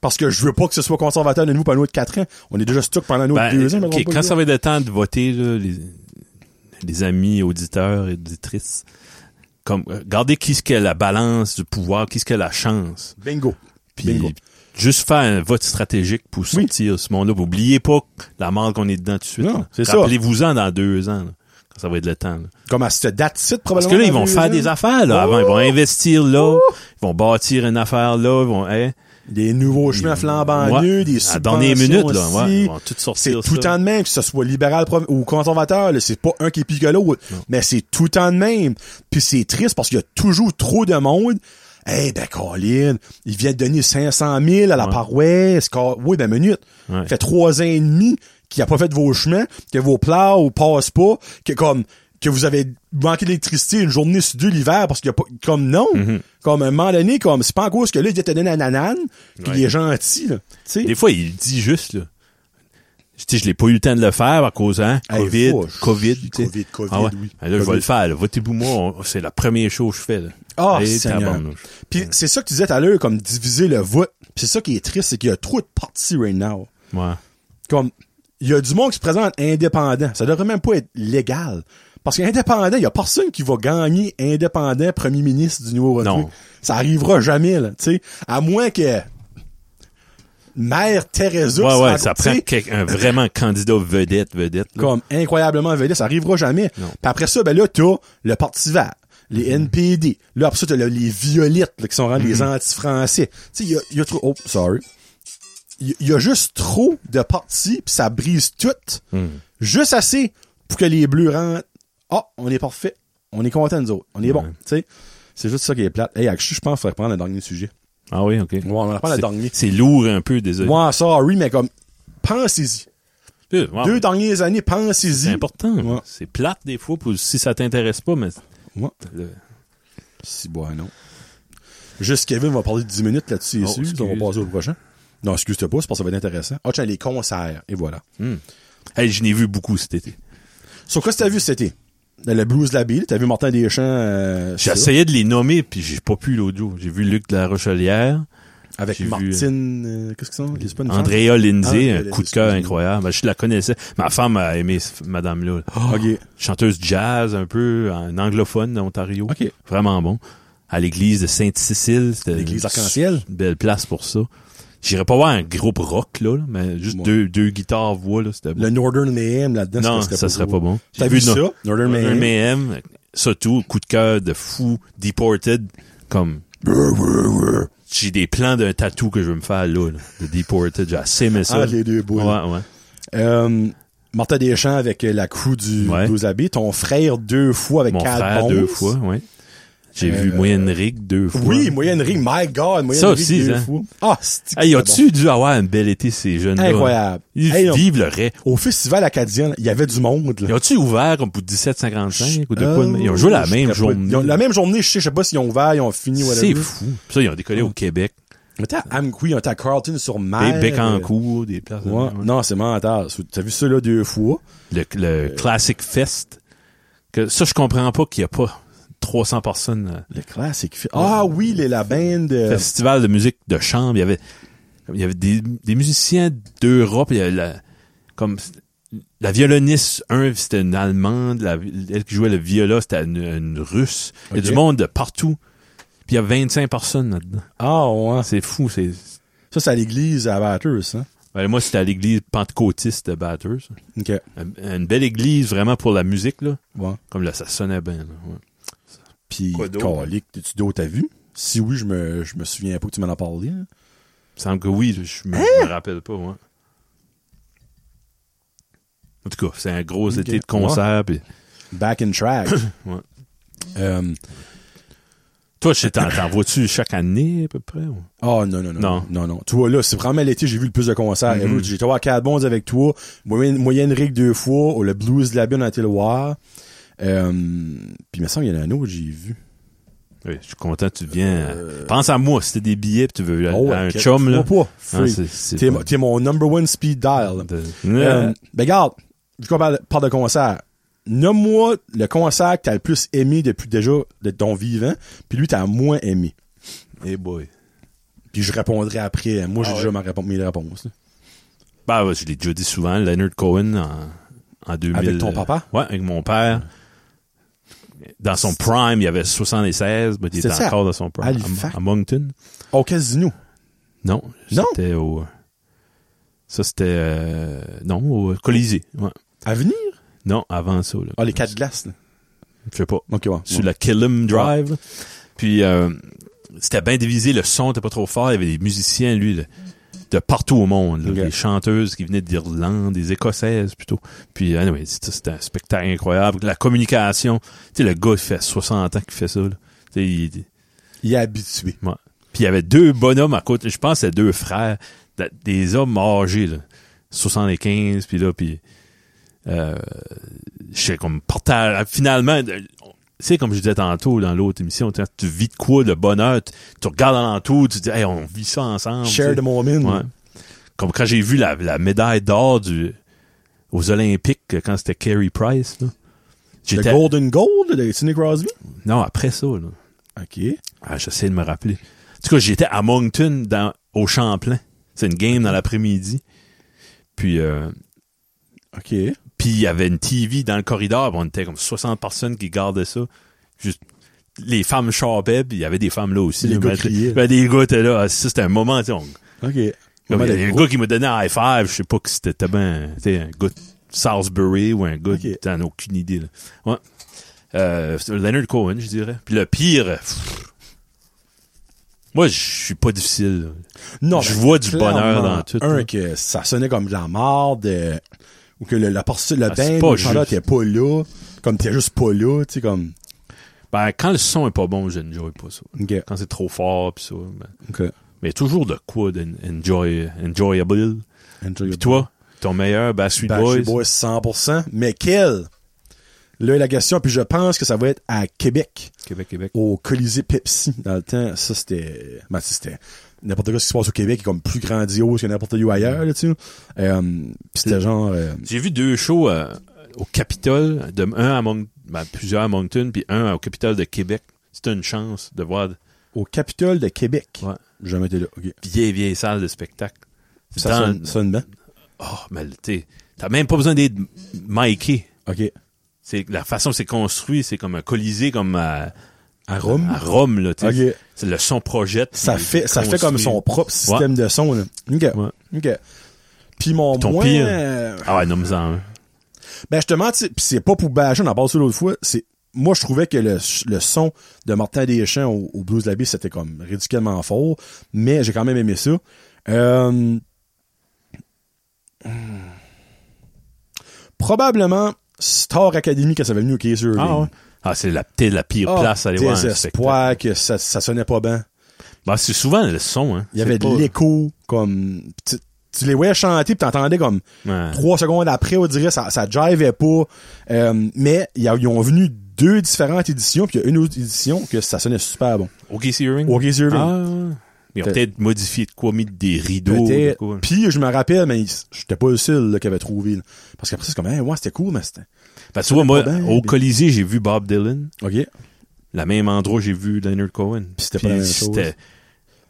[SPEAKER 1] Parce que je veux pas que ce soit conservateur de nous pendant un autre 4 ans. On est déjà stuck pendant un autre
[SPEAKER 2] Ben,
[SPEAKER 1] 2 ans. je me
[SPEAKER 2] ok,
[SPEAKER 1] trompe pas,
[SPEAKER 2] quand
[SPEAKER 1] les
[SPEAKER 2] ça va être le temps de voter, là, les, les amis, auditeurs et auditrices, comme, euh, regardez qui ce qu'est la balance du pouvoir, qui ce qu'est la chance.
[SPEAKER 1] gars. Bingo.
[SPEAKER 2] Puis
[SPEAKER 1] Bingo.
[SPEAKER 2] juste faire un vote stratégique pour sortir ce monde-là. Puis Oubliez pas la marque qu'on est dedans tout de suite.
[SPEAKER 1] Non,
[SPEAKER 2] là.
[SPEAKER 1] c'est ça.
[SPEAKER 2] Rappelez-vous-en dans deux ans, là, quand ça va être le temps. là.
[SPEAKER 1] Comme à cette date-ci,
[SPEAKER 2] Parce
[SPEAKER 1] probablement.
[SPEAKER 2] que là, ils vont
[SPEAKER 1] dans
[SPEAKER 2] faire
[SPEAKER 1] deux
[SPEAKER 2] des
[SPEAKER 1] ans.
[SPEAKER 2] affaires là, avant. Ils vont investir là, ils vont bâtir une affaire là, ils vont... hein.
[SPEAKER 1] Des nouveaux chemins flambants
[SPEAKER 2] Ouais.
[SPEAKER 1] nus, des
[SPEAKER 2] À la dernière
[SPEAKER 1] subventions
[SPEAKER 2] minute, là,
[SPEAKER 1] aussi.
[SPEAKER 2] ouais, ils vont tout
[SPEAKER 1] C'est
[SPEAKER 2] sortir
[SPEAKER 1] tout le
[SPEAKER 2] ça.
[SPEAKER 1] temps de même, que ce soit libéral pro- ou conservateur, là, c'est pas un qui pique l'autre, mais c'est tout le temps de même. Puis c'est triste parce qu'il y a toujours trop de monde. Eh ben, Colin, il vient de donner 500 000 à la
[SPEAKER 2] Ouais.
[SPEAKER 1] paroisse. Car- Oui, ben, minute.
[SPEAKER 2] Ouais.
[SPEAKER 1] fait trois ans et demi qu'il a pas fait de vos chemins, que vos plows passent pas, que comme que vous avez manqué d'électricité une journée sur deux l'hiver parce qu'il y a pas comme non
[SPEAKER 2] Mm-hmm.
[SPEAKER 1] comme à un moment donné comme c'est pas en cause que là il vient te donner un nanane qu'il
[SPEAKER 2] Ouais.
[SPEAKER 1] est gentil là tu sais
[SPEAKER 2] Des fois, il dit juste, là. Je, tu sais, je l'ai pas eu le temps de le faire à cause, hein,
[SPEAKER 1] Hey,
[SPEAKER 2] COVID,
[SPEAKER 1] faut-
[SPEAKER 2] COVID,
[SPEAKER 1] je-
[SPEAKER 2] tu sais.
[SPEAKER 1] COVID, COVID,
[SPEAKER 2] Ah ouais.
[SPEAKER 1] oui.
[SPEAKER 2] Ben là, je
[SPEAKER 1] COVID.
[SPEAKER 2] vais le faire, là. Votez pour moi, on- c'est la première chose que je fais, là.
[SPEAKER 1] Ah,
[SPEAKER 2] Hey,
[SPEAKER 1] Seigneur.
[SPEAKER 2] tabarnouche.
[SPEAKER 1] Puis c'est ça que tu disais tout à l'heure, comme diviser le vote. Puis c'est ça qui est triste, c'est qu'il y a trop de partis right now.
[SPEAKER 2] Ouais.
[SPEAKER 1] Comme, il y a du monde qui se présente indépendant. Ça devrait même pas être légal. Parce qu'indépendant, il y a personne qui va gagner indépendant premier ministre du Nouveau-Brunswick.
[SPEAKER 2] Non.
[SPEAKER 1] Ça arrivera jamais, là, tu sais. À moins que Mère Teresa
[SPEAKER 2] Ouais,
[SPEAKER 1] se
[SPEAKER 2] ouais,
[SPEAKER 1] rende-
[SPEAKER 2] ça
[SPEAKER 1] tu sais,
[SPEAKER 2] prend quelqu'un- un vraiment candidat vedette, vedette, là.
[SPEAKER 1] comme incroyablement vélé, ça arrivera jamais. Puis
[SPEAKER 2] Non. Mm-hmm.
[SPEAKER 1] après ça, ben là, t'as le Parti vert, les NPD. Là, après ça, t'as le- les violettes là, qui sont vraiment les anti-français. Tu sais, il y a, il y a trop... Oh, sorry. Il y- il y a juste trop de partis, puis ça brise tout.
[SPEAKER 2] Mm.
[SPEAKER 1] Juste assez pour que les bleus rentrent. Ah, on est parfait. On est content, nous autres. On est bon. Tu sais, c'est juste ça qui est plate. Hey, Akshi, je pense qu'il faudrait prendre le dernier sujet.
[SPEAKER 2] Ah oui, ok.
[SPEAKER 1] Ouais, on en prend le
[SPEAKER 2] C'est-
[SPEAKER 1] dernier.
[SPEAKER 2] C'est lourd un peu, désolé.
[SPEAKER 1] Moi, sorry, mais comme, pensez-y.
[SPEAKER 2] Euh, ouais,
[SPEAKER 1] Deux dernières années, pensez-y.
[SPEAKER 2] C'est important.
[SPEAKER 1] Ouais.
[SPEAKER 2] C'est plate des fois pour, si ça t'intéresse pas, mais
[SPEAKER 1] Ouais.
[SPEAKER 2] le-
[SPEAKER 1] Si bon, non. Juste Kevin va parler de 10 minutes là-dessus,
[SPEAKER 2] Oh,
[SPEAKER 1] c'est sûr.
[SPEAKER 2] excuse.
[SPEAKER 1] on va passer au prochain. Non, excuse-toi pas, c'est parce que ça va être intéressant. Ah, tiens, les concerts, et voilà.
[SPEAKER 2] Hey, je n'ai vu beaucoup cet été.
[SPEAKER 1] Sur quoi t'as vu cet été? Le blues de la Bille, t'as vu Martin Deschamps euh,
[SPEAKER 2] J'ai
[SPEAKER 1] ça,
[SPEAKER 2] essayé de les nommer, puis j'ai pas pu l'audio. J'ai vu Luc de la Rochelière,
[SPEAKER 1] avec
[SPEAKER 2] j'ai vu,
[SPEAKER 1] Martine, euh, qu'est-ce que c'est? qu'est-ce que c'est pas une femme?
[SPEAKER 2] Andrea Lindsay,
[SPEAKER 1] Andrea
[SPEAKER 2] un
[SPEAKER 1] Lindsay,
[SPEAKER 2] coup de cœur
[SPEAKER 1] excuse-moi.
[SPEAKER 2] incroyable. Ben, Je la connaissais. Ma femme a aimé ce- madame là.
[SPEAKER 1] Ah, Ok.
[SPEAKER 2] Chanteuse jazz, un peu, en anglophone d'Ontario.
[SPEAKER 1] Ok.
[SPEAKER 2] Vraiment bon. À l'église de Sainte-Cécile. c'était
[SPEAKER 1] L'église
[SPEAKER 2] une
[SPEAKER 1] arc-en-ciel.
[SPEAKER 2] Belle place pour ça. J'irais pas voir un groupe rock, là, là, mais juste
[SPEAKER 1] Ouais.
[SPEAKER 2] deux, deux guitares, voix, là, c'était bon.
[SPEAKER 1] Le Northern Mayhem là-dedans,
[SPEAKER 2] Non,
[SPEAKER 1] c'était
[SPEAKER 2] ça serait
[SPEAKER 1] beau.
[SPEAKER 2] pas bon.
[SPEAKER 1] T'as
[SPEAKER 2] J'ai
[SPEAKER 1] vu ça?
[SPEAKER 2] no-
[SPEAKER 1] Northern
[SPEAKER 2] Northern
[SPEAKER 1] Mayhem.
[SPEAKER 2] Mayhem, surtout, coup de cœur de fou, Deported, comme... J'ai des plans d'un tatou que je veux me faire là, là, de Deported. J'ai assez aimé ça.
[SPEAKER 1] Ah, les deux boules.
[SPEAKER 2] Ouais, ouais.
[SPEAKER 1] Euh, Martin Deschamps avec euh, la crew du
[SPEAKER 2] Ouais.
[SPEAKER 1] blues de la Bille, ton frère deux fois avec
[SPEAKER 2] Mon
[SPEAKER 1] Cat
[SPEAKER 2] frère
[SPEAKER 1] Bones.
[SPEAKER 2] deux fois, ouais. J'ai vu Moyenne Rig deux fois.
[SPEAKER 1] Euh, Oui, Moyenne Ring, my God, Moyenne
[SPEAKER 2] Ça
[SPEAKER 1] Ring
[SPEAKER 2] aussi,
[SPEAKER 1] deux
[SPEAKER 2] hein.
[SPEAKER 1] fois. Ah, c'est
[SPEAKER 2] Hey, as-tu dû avoir un bel été ces jeunes-là?
[SPEAKER 1] Incroyable.
[SPEAKER 2] Ils
[SPEAKER 1] Hey, on-
[SPEAKER 2] vivent le rêve.
[SPEAKER 1] Au festival acadien, il y avait du monde. Là.
[SPEAKER 2] Ils ont-tu ouvert comme pour 17,55 ou de quoi? de-
[SPEAKER 1] Euh,
[SPEAKER 2] Ils ont joué la
[SPEAKER 1] je
[SPEAKER 2] même
[SPEAKER 1] sais pas. Ils
[SPEAKER 2] journée.
[SPEAKER 1] ont- la même journée, je sais, je sais pas s'ils ont ouvert, ils ont fini,
[SPEAKER 2] C'est
[SPEAKER 1] whatever.
[SPEAKER 2] fou. Ça, ils ont décollé au Québec.
[SPEAKER 1] On était à Amqui, on était à Carlton sur
[SPEAKER 2] Des
[SPEAKER 1] mer.
[SPEAKER 2] becs en
[SPEAKER 1] Euh,
[SPEAKER 2] cours, des places.
[SPEAKER 1] ouais. Non, c'est mental. T'as vu ça, là, deux fois.
[SPEAKER 2] le, le
[SPEAKER 1] Euh,
[SPEAKER 2] Classic Fest. Que ça, je comprends pas qu'il n'y a pas 300 personnes. euh,
[SPEAKER 1] Le classique. fi- Ah oui, les, la band. euh,
[SPEAKER 2] Festival de musique de chambre, il y avait, il y avait des, des musiciens d'Europe, il y avait la, comme, la violoniste, un, c'était une Allemande, la- elle qui jouait le viola, c'était une, une Russe. Il y a
[SPEAKER 1] Ok.
[SPEAKER 2] du monde de partout. Puis il y a 25 personnes là-dedans.
[SPEAKER 1] Ah ouais.
[SPEAKER 2] C'est fou, c'est...
[SPEAKER 1] Ça, c'est à l'église à Batters, hein.
[SPEAKER 2] Ben, moi, c'était à l'église pentecôtiste de Batters.
[SPEAKER 1] OK.
[SPEAKER 2] Une belle église vraiment pour la musique, là.
[SPEAKER 1] Ouais.
[SPEAKER 2] Comme là, ça sonnait bien. là, ouais.
[SPEAKER 1] Puis,
[SPEAKER 2] Quoi d'autre?
[SPEAKER 1] calique, tu d'autres t'as vu? Si oui, je me, je me souviens pas que tu m'en as parlé. hein.
[SPEAKER 2] Il semble que oui, je me, je me rappelle pas, moi. En tout cas, c'est un gros
[SPEAKER 1] Ok.
[SPEAKER 2] été de concert. pis-
[SPEAKER 1] Back in track.
[SPEAKER 2] Ouais.
[SPEAKER 1] Euh,
[SPEAKER 2] Toi, je sais, t'en t'en vois-tu chaque année, à peu près? ou?
[SPEAKER 1] Oh non, non, non.
[SPEAKER 2] Non. Mm-hmm.
[SPEAKER 1] Non, non. Tu vois, là, c'est vraiment l'été, j'ai vu le plus de concerts. Écoute, J'ai été voir Cat Bones avec toi, Moyenne, Moyenne Rigue deux fois, oh, le Blues de la Bune à Tilloir. Euh, puis il me semble qu'il y en a un autre, que j'ai vu.
[SPEAKER 2] Oui, je suis content que tu viens. Pense à moi, si t'as des billets pis tu veux
[SPEAKER 1] Euh. Oh,
[SPEAKER 2] Euh, un
[SPEAKER 1] ok.
[SPEAKER 2] chum, là.
[SPEAKER 1] Vois pas,
[SPEAKER 2] Hein,
[SPEAKER 1] freak.
[SPEAKER 2] c'est- c'est-
[SPEAKER 1] T'es mo- T'es mon number one speed dial.
[SPEAKER 2] de-
[SPEAKER 1] Euh,
[SPEAKER 2] Euh,
[SPEAKER 1] ben, regarde, vu qu'on parle, parle de concert, nomme-moi le concert que t'as le plus aimé depuis déjà de ton vivant, puis lui t'as moins aimé.
[SPEAKER 2] hey boy.
[SPEAKER 1] Puis je répondrai après. Moi, j'ai déjà ma réponse, mes réponses. là.
[SPEAKER 2] Bah, ouais, je l'ai déjà dit souvent, Leonard Cohen en, en 2000.
[SPEAKER 1] Avec ton papa?
[SPEAKER 2] Ouais, avec mon père. Dans son prime, il avait 76, mais il était
[SPEAKER 1] C'est ça,
[SPEAKER 2] encore dans son prime. À-
[SPEAKER 1] Halifax?
[SPEAKER 2] À, Moncton.
[SPEAKER 1] Au casino.
[SPEAKER 2] Non.
[SPEAKER 1] Non?
[SPEAKER 2] C'était au. Ça, c'était. euh, non, au Colisée. Ouais.
[SPEAKER 1] À venir?
[SPEAKER 2] Non, avant ça. Là,
[SPEAKER 1] Ah, les quatre glaces, là.
[SPEAKER 2] Je sais pas.
[SPEAKER 1] Ok, ouais.
[SPEAKER 2] sur la Killam Drive. Puis euh, c'était bien divisé, le son était pas trop fort, il y avait des musiciens, lui, là, de partout au monde, là.
[SPEAKER 1] Ok.
[SPEAKER 2] des chanteuses qui venaient d'Irlande, des Écossaises plutôt. Puis anyway, c'était c'était un spectacle incroyable, la communication, tu sais, le gars, il fait 60 ans qu'il fait ça, là. Tu sais, il- il-
[SPEAKER 1] Il est habitué.
[SPEAKER 2] ouais. Puis il y avait deux bonhommes à côté, je pense que c'était deux frères, de- des hommes âgés, là, 75, puis là, puis... Euh, je sais comme partage finalement de- on- tu sais comme je disais tantôt dans l'autre émission tu sais, tu vis de quoi le bonheur tu, tu regardes alentour tu dis hey on vit ça ensemble
[SPEAKER 1] Share the
[SPEAKER 2] tu sais.
[SPEAKER 1] moment.
[SPEAKER 2] Ah, Ouais. comme quand j'ai vu la, la médaille d'or du aux Olympiques quand c'était Carey Price là.
[SPEAKER 1] Le
[SPEAKER 2] j'étais
[SPEAKER 1] Golden Gold de Sidney Crosby.
[SPEAKER 2] non après ça là.
[SPEAKER 1] OK.
[SPEAKER 2] Ah, j'essaie de me rappeler. En tout cas, j'étais à Moncton, dans, au Champlain. C'est une game dans l'après-midi. Puis, euh,
[SPEAKER 1] OK.
[SPEAKER 2] puis il y avait une TV dans le corridor. puis On était comme 60 personnes qui gardaient ça. Juste, les femmes charpaient, puis il y avait des femmes là aussi.
[SPEAKER 1] Les
[SPEAKER 2] là,
[SPEAKER 1] gars
[SPEAKER 2] mais-
[SPEAKER 1] criaient.
[SPEAKER 2] ben, des gars étaient là. Ah, Ça, c'était un moment, tu sais, on-
[SPEAKER 1] OK.
[SPEAKER 2] comme,
[SPEAKER 1] Moment
[SPEAKER 2] il y a un
[SPEAKER 1] d'être-
[SPEAKER 2] gars qui m'a donné un high five. Je sais pas que c'était ben, tu sais, un gars de Salisbury ou un gars de-
[SPEAKER 1] Ok.
[SPEAKER 2] T'en as aucune idée, là. Ouais. Euh, c'est Leonard Cohen, je dirais. Puis le pire, pff, moi, je suis pas difficile. là.
[SPEAKER 1] Non,
[SPEAKER 2] je
[SPEAKER 1] ben,
[SPEAKER 2] vois du
[SPEAKER 1] clairement,
[SPEAKER 2] bonheur dans tout,
[SPEAKER 1] Un,
[SPEAKER 2] là.
[SPEAKER 1] que ça sonnait comme de la marde, euh, ou que le, la partie, le
[SPEAKER 2] Ah, c'est
[SPEAKER 1] band,
[SPEAKER 2] pas
[SPEAKER 1] le chanteur,
[SPEAKER 2] juste.
[SPEAKER 1] t'es pas là. Comme t'es juste pas là, tu sais, comme.
[SPEAKER 2] Ben, quand le son est pas bon, je n'enjoy pas ça.
[SPEAKER 1] OK.
[SPEAKER 2] Quand c'est trop fort, pis ça. ben.
[SPEAKER 1] OK.
[SPEAKER 2] Mais toujours de quoi d'enjoy, enjoyable.
[SPEAKER 1] Enjoy
[SPEAKER 2] Puis
[SPEAKER 1] your-
[SPEAKER 2] toi, ton meilleur Backstreet
[SPEAKER 1] Backstreet
[SPEAKER 2] Boys.
[SPEAKER 1] Boys 100%. Mais quel? Là, la question, puis je pense que ça va être à Québec.
[SPEAKER 2] Québec, Québec.
[SPEAKER 1] au Colisée Pepsi dans le temps. Ça, c'était. Ben, ça, c'était. N'importe quoi ce qui se passe au Québec est comme plus grandiose que n'importe où ailleurs, là, tu sais. Euh, pis c'était genre. euh,
[SPEAKER 2] J'ai vu deux shows euh, au Capitole, de, un à Mon- ben, plusieurs à Moncton, puis un au Capitole de Québec. C'était une chance de voir
[SPEAKER 1] au Capitole de Québec.
[SPEAKER 2] Ouais.
[SPEAKER 1] J'ai Jamais été là. OK.
[SPEAKER 2] vieille, vieille salle de spectacle.
[SPEAKER 1] Ça
[SPEAKER 2] Dans-
[SPEAKER 1] sonne, sonne bien.
[SPEAKER 2] Oh, mais le- t'sais, t'as même pas besoin d'être miké.
[SPEAKER 1] OK.
[SPEAKER 2] C'est la façon que c'est construit, c'est comme un colisée comme à,
[SPEAKER 1] À Rome.
[SPEAKER 2] à Rome là. t'sais.
[SPEAKER 1] Ok.
[SPEAKER 2] C'est le son projette.
[SPEAKER 1] Ça
[SPEAKER 2] puis
[SPEAKER 1] fait, ça fait
[SPEAKER 2] construit.
[SPEAKER 1] comme son propre système de son, là. OK. OK. Puis mon
[SPEAKER 2] Ton
[SPEAKER 1] moins,
[SPEAKER 2] pire.
[SPEAKER 1] euh,
[SPEAKER 2] Ah ouais, nomme-en un.
[SPEAKER 1] Ben justement, tu sais, pis c'est pas pour bâcher, on en parle ça l'autre fois, c'est moi je trouvais que le, le son de Martin Deschamps au, au Blues de la Baie, c'était comme ridiculement fort, mais j'ai quand même aimé ça. Euh, hmm. Probablement Star Academy quand ça avait venu au E Kaiser.
[SPEAKER 2] Ah ouais. Ah, c'est la, peut-être la pire place à aller voir un spectacle.
[SPEAKER 1] Ah, désespoir que ça, ça sonnait pas bien.
[SPEAKER 2] Ben, c'est souvent le son, hein.
[SPEAKER 1] Il y avait
[SPEAKER 2] C'est
[SPEAKER 1] de
[SPEAKER 2] pas-
[SPEAKER 1] l'écho comme tu, tu les voyais chanter puis t'entendais comme
[SPEAKER 2] Ouais.
[SPEAKER 1] trois secondes après, on dirait ça, ça jivait pas. Euh, mais il y a- ils ont venu deux différentes éditions, puis il y a une autre édition que ça sonnait super bon.
[SPEAKER 2] OK, Searing.
[SPEAKER 1] OK, c'est
[SPEAKER 2] Ah, ouais. Ils ont
[SPEAKER 1] Peut-
[SPEAKER 2] peut-être modifié de quoi, mis des rideaux. de
[SPEAKER 1] Peut-être.
[SPEAKER 2] quoi.
[SPEAKER 1] Puis je me rappelle, mais il- j'étais pas le seul là, qui avait trouvé. là. Parce qu'après, c'est comme, hey, ouais, c'était cool, mais c'était.
[SPEAKER 2] Parce que tu vois, moi,
[SPEAKER 1] pas bien,
[SPEAKER 2] au
[SPEAKER 1] puis-
[SPEAKER 2] Colisée, j'ai vu Bob Dylan.
[SPEAKER 1] OK.
[SPEAKER 2] La même endroit, j'ai vu Leonard Cohen.
[SPEAKER 1] Puis c'était pas la même chose.
[SPEAKER 2] c'était-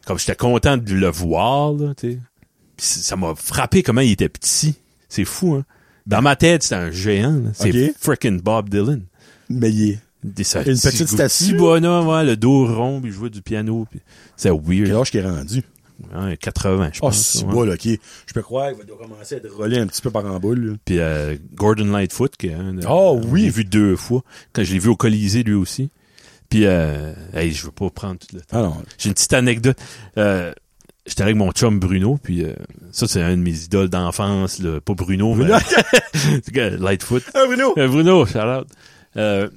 [SPEAKER 2] Comme j'étais content de le voir, là, tu sais. Puis c- ça m'a frappé comment il était petit. C'est fou, hein. Dans ma tête, c'était un géant. là. C'est
[SPEAKER 1] Ok.
[SPEAKER 2] frickin' Bob Dylan.
[SPEAKER 1] Mais il est.
[SPEAKER 2] Des- ça-
[SPEAKER 1] Une petite
[SPEAKER 2] petit
[SPEAKER 1] statue.
[SPEAKER 2] bonhomme, ouais, le dos rond, puis il jouait du piano. Puis... C'est
[SPEAKER 1] Quel
[SPEAKER 2] weird.
[SPEAKER 1] âge qu'il est rendu?
[SPEAKER 2] hein, 80, je
[SPEAKER 1] Ah,
[SPEAKER 2] pense.
[SPEAKER 1] c'est
[SPEAKER 2] ouais.
[SPEAKER 1] bon, là, ok. Je peux croire qu'il va doit commencer à être relais un petit peu par en bas, là.
[SPEAKER 2] Puis euh, Gordon Lightfoot, qui est un de-
[SPEAKER 1] Oh, oui.
[SPEAKER 2] je l'ai vu deux fois. Quand je l'ai vu au Colisée, lui aussi. Puis, euh, hey, je veux pas prendre tout le
[SPEAKER 1] Ah non.
[SPEAKER 2] J'ai une petite anecdote. Euh, J'étais avec mon chum Bruno, puis euh, ça, c'est un de mes idoles d'enfance, là. pas Bruno, mais C'est que Lightfoot.
[SPEAKER 1] Ah, Bruno!
[SPEAKER 2] Euh, Bruno, shout out. Euh,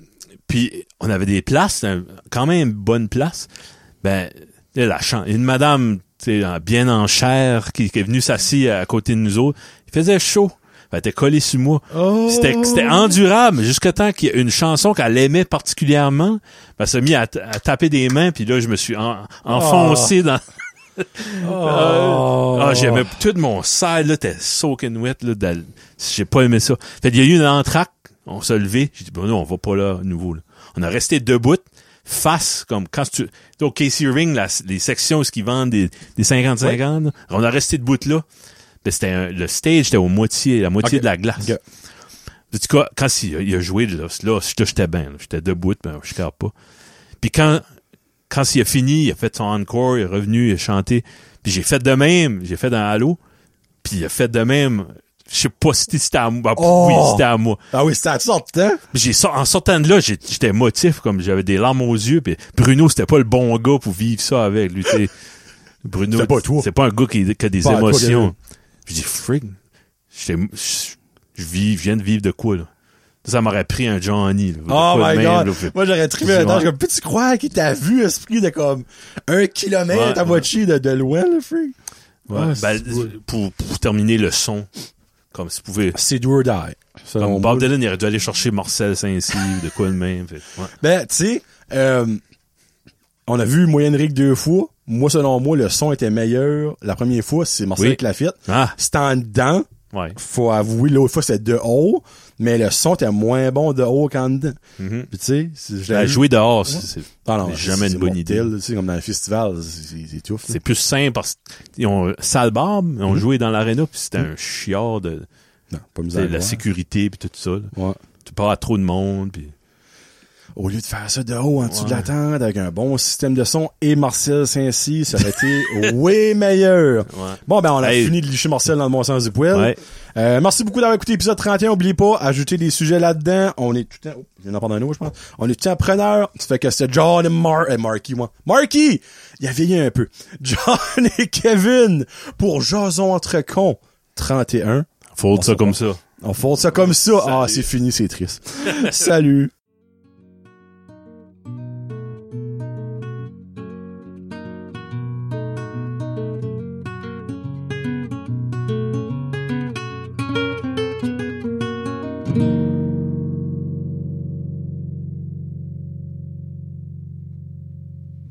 [SPEAKER 2] puis on avait des places, euh, quand même bonne place. Ben, là, la chan- une madame, tu sais, en- bien en chair, qui, qui est venue s'asseoir à côté de nous autres. Il faisait chaud. Elle était collée sur moi.
[SPEAKER 1] Oh.
[SPEAKER 2] C'était c'était endurable jusqu'à temps qu'il y ait une chanson qu'elle aimait particulièrement. Ben, elle s'est mise à, t- à taper des mains, puis là, je me suis en- enfoncé dans...
[SPEAKER 1] Ah, Oh.
[SPEAKER 2] Ah, j'aimais tout mon sale, là, t'es soaking wet, là, dans- j'ai pas aimé ça. Fait qu'il y a eu une entraque, on s'est levé, j'ai dit, bon, non, on va pas là, à nouveau, là. On a resté debout, face, comme quand tu, donc, Casey Ring, la- les sections où ils vendent des, des 50-50, là, on a resté debout là. Ben, c'était un- le stage, était au moitié, la moitié
[SPEAKER 1] Ok.
[SPEAKER 2] de la glace.
[SPEAKER 1] Ok.
[SPEAKER 2] En tout cas, quand il, a- il a joué, là, là j'étais j'étais bien, là. j'étais debout, ben, je ne pas. Puis quand, quand il a fini, il a fait son encore, il est revenu, il a chanté. Puis j'ai fait de même, j'ai fait dans Halo. Puis il a fait de même. Je sais pas si c'était à moi. Ah,
[SPEAKER 1] Oh!
[SPEAKER 2] Oui, c'était à moi.
[SPEAKER 1] Ah oui, c'était à sorte, hein?
[SPEAKER 2] Mais J'ai, sor- en sortant de là, j'ai- j'étais motif, comme j'avais des larmes aux yeux. Puis Bruno, c'était pas le bon gars pour vivre ça avec lui. tu sais. Bruno,
[SPEAKER 1] C'était pas toi.
[SPEAKER 2] c'est pas un gars qui, qui a des
[SPEAKER 1] Pas à toi,
[SPEAKER 2] émotions. Je dis, freak, j'étais- je je vis, je viens de vivre de quoi, là? Ça m'aurait pris un Johnny. là, de
[SPEAKER 1] Oh
[SPEAKER 2] quoi de
[SPEAKER 1] my
[SPEAKER 2] même,
[SPEAKER 1] god!
[SPEAKER 2] là, puis-
[SPEAKER 1] Moi, j'aurais trippé
[SPEAKER 2] Ouais.
[SPEAKER 1] là-dedans. J'ai comme, peux-tu croire qu'il t'a vu, esprit, de comme un kilomètre
[SPEAKER 2] Ouais.
[SPEAKER 1] à moitié de, de loin, le freak?
[SPEAKER 2] Ouais,
[SPEAKER 1] Ah,
[SPEAKER 2] ben,
[SPEAKER 1] c'est beau.
[SPEAKER 2] pour, pour terminer le son, comme si vous pouvez.
[SPEAKER 1] C'est do or die. selon
[SPEAKER 2] Comme
[SPEAKER 1] moi.
[SPEAKER 2] Bob Dylan, il aurait dû aller chercher Marcel Saint-Cyr, de quoi le même. fait, ouais.
[SPEAKER 1] Ben, tu sais, euh, on a vu Moyenne Rig deux fois. Moi, selon moi, le son était meilleur. La première fois, c'est Marcel
[SPEAKER 2] Oui.
[SPEAKER 1] Claffitte.
[SPEAKER 2] Ah,
[SPEAKER 1] C'était en dedans.
[SPEAKER 2] ouais.
[SPEAKER 1] Faut avouer, l'autre fois, c'était de haut. Mais le son était moins bon de haut qu'en dedans.
[SPEAKER 2] Mhm.
[SPEAKER 1] Puis, tu sais, c'est- je
[SPEAKER 2] La
[SPEAKER 1] l'ai
[SPEAKER 2] jouer dehors, c'est- c'est
[SPEAKER 1] Ah non,
[SPEAKER 2] c'est jamais
[SPEAKER 1] c'est
[SPEAKER 2] une bonne
[SPEAKER 1] mortel,
[SPEAKER 2] idée.
[SPEAKER 1] Tu sais, comme dans le festival, c'est- c'est c'est tough. là.
[SPEAKER 2] C'est plus simple parce qu'ils ont euh, sale barbe, ils ont joué dans l'aréna, puis c'était un chiard de
[SPEAKER 1] Non, pas
[SPEAKER 2] tu
[SPEAKER 1] mis
[SPEAKER 2] sais,
[SPEAKER 1] à
[SPEAKER 2] la
[SPEAKER 1] voir.
[SPEAKER 2] sécurité, puis tout ça. là.
[SPEAKER 1] Ouais.
[SPEAKER 2] Tu parles à trop de monde, puis.
[SPEAKER 1] Au lieu de faire ça de haut, en dessous de
[SPEAKER 2] Ouais.
[SPEAKER 1] la tente, avec un bon système de son, et Marcel Saint-Cy, ça aurait été way meilleur.
[SPEAKER 2] Ouais.
[SPEAKER 1] Bon, ben, on a
[SPEAKER 2] Hey.
[SPEAKER 1] fini de licher Marcel dans le bon sens du poil.
[SPEAKER 2] Ouais.
[SPEAKER 1] Euh, merci beaucoup d'avoir écouté l'épisode 31. N'oubliez pas, ajoutez des sujets là-dedans. On est tout le temps... Oh, il vient d'en prendre un autre, je pense. On est tout le temps preneur. Ça fait que c'est John et Mar... eh, Marky, moi. Marky! Il a vieilli un peu. John et Kevin pour Jason entre cons 31.
[SPEAKER 2] Faut ça comme ça.
[SPEAKER 1] On fonde ça comme ça. Ah, c'est fini, c'est triste. Salut!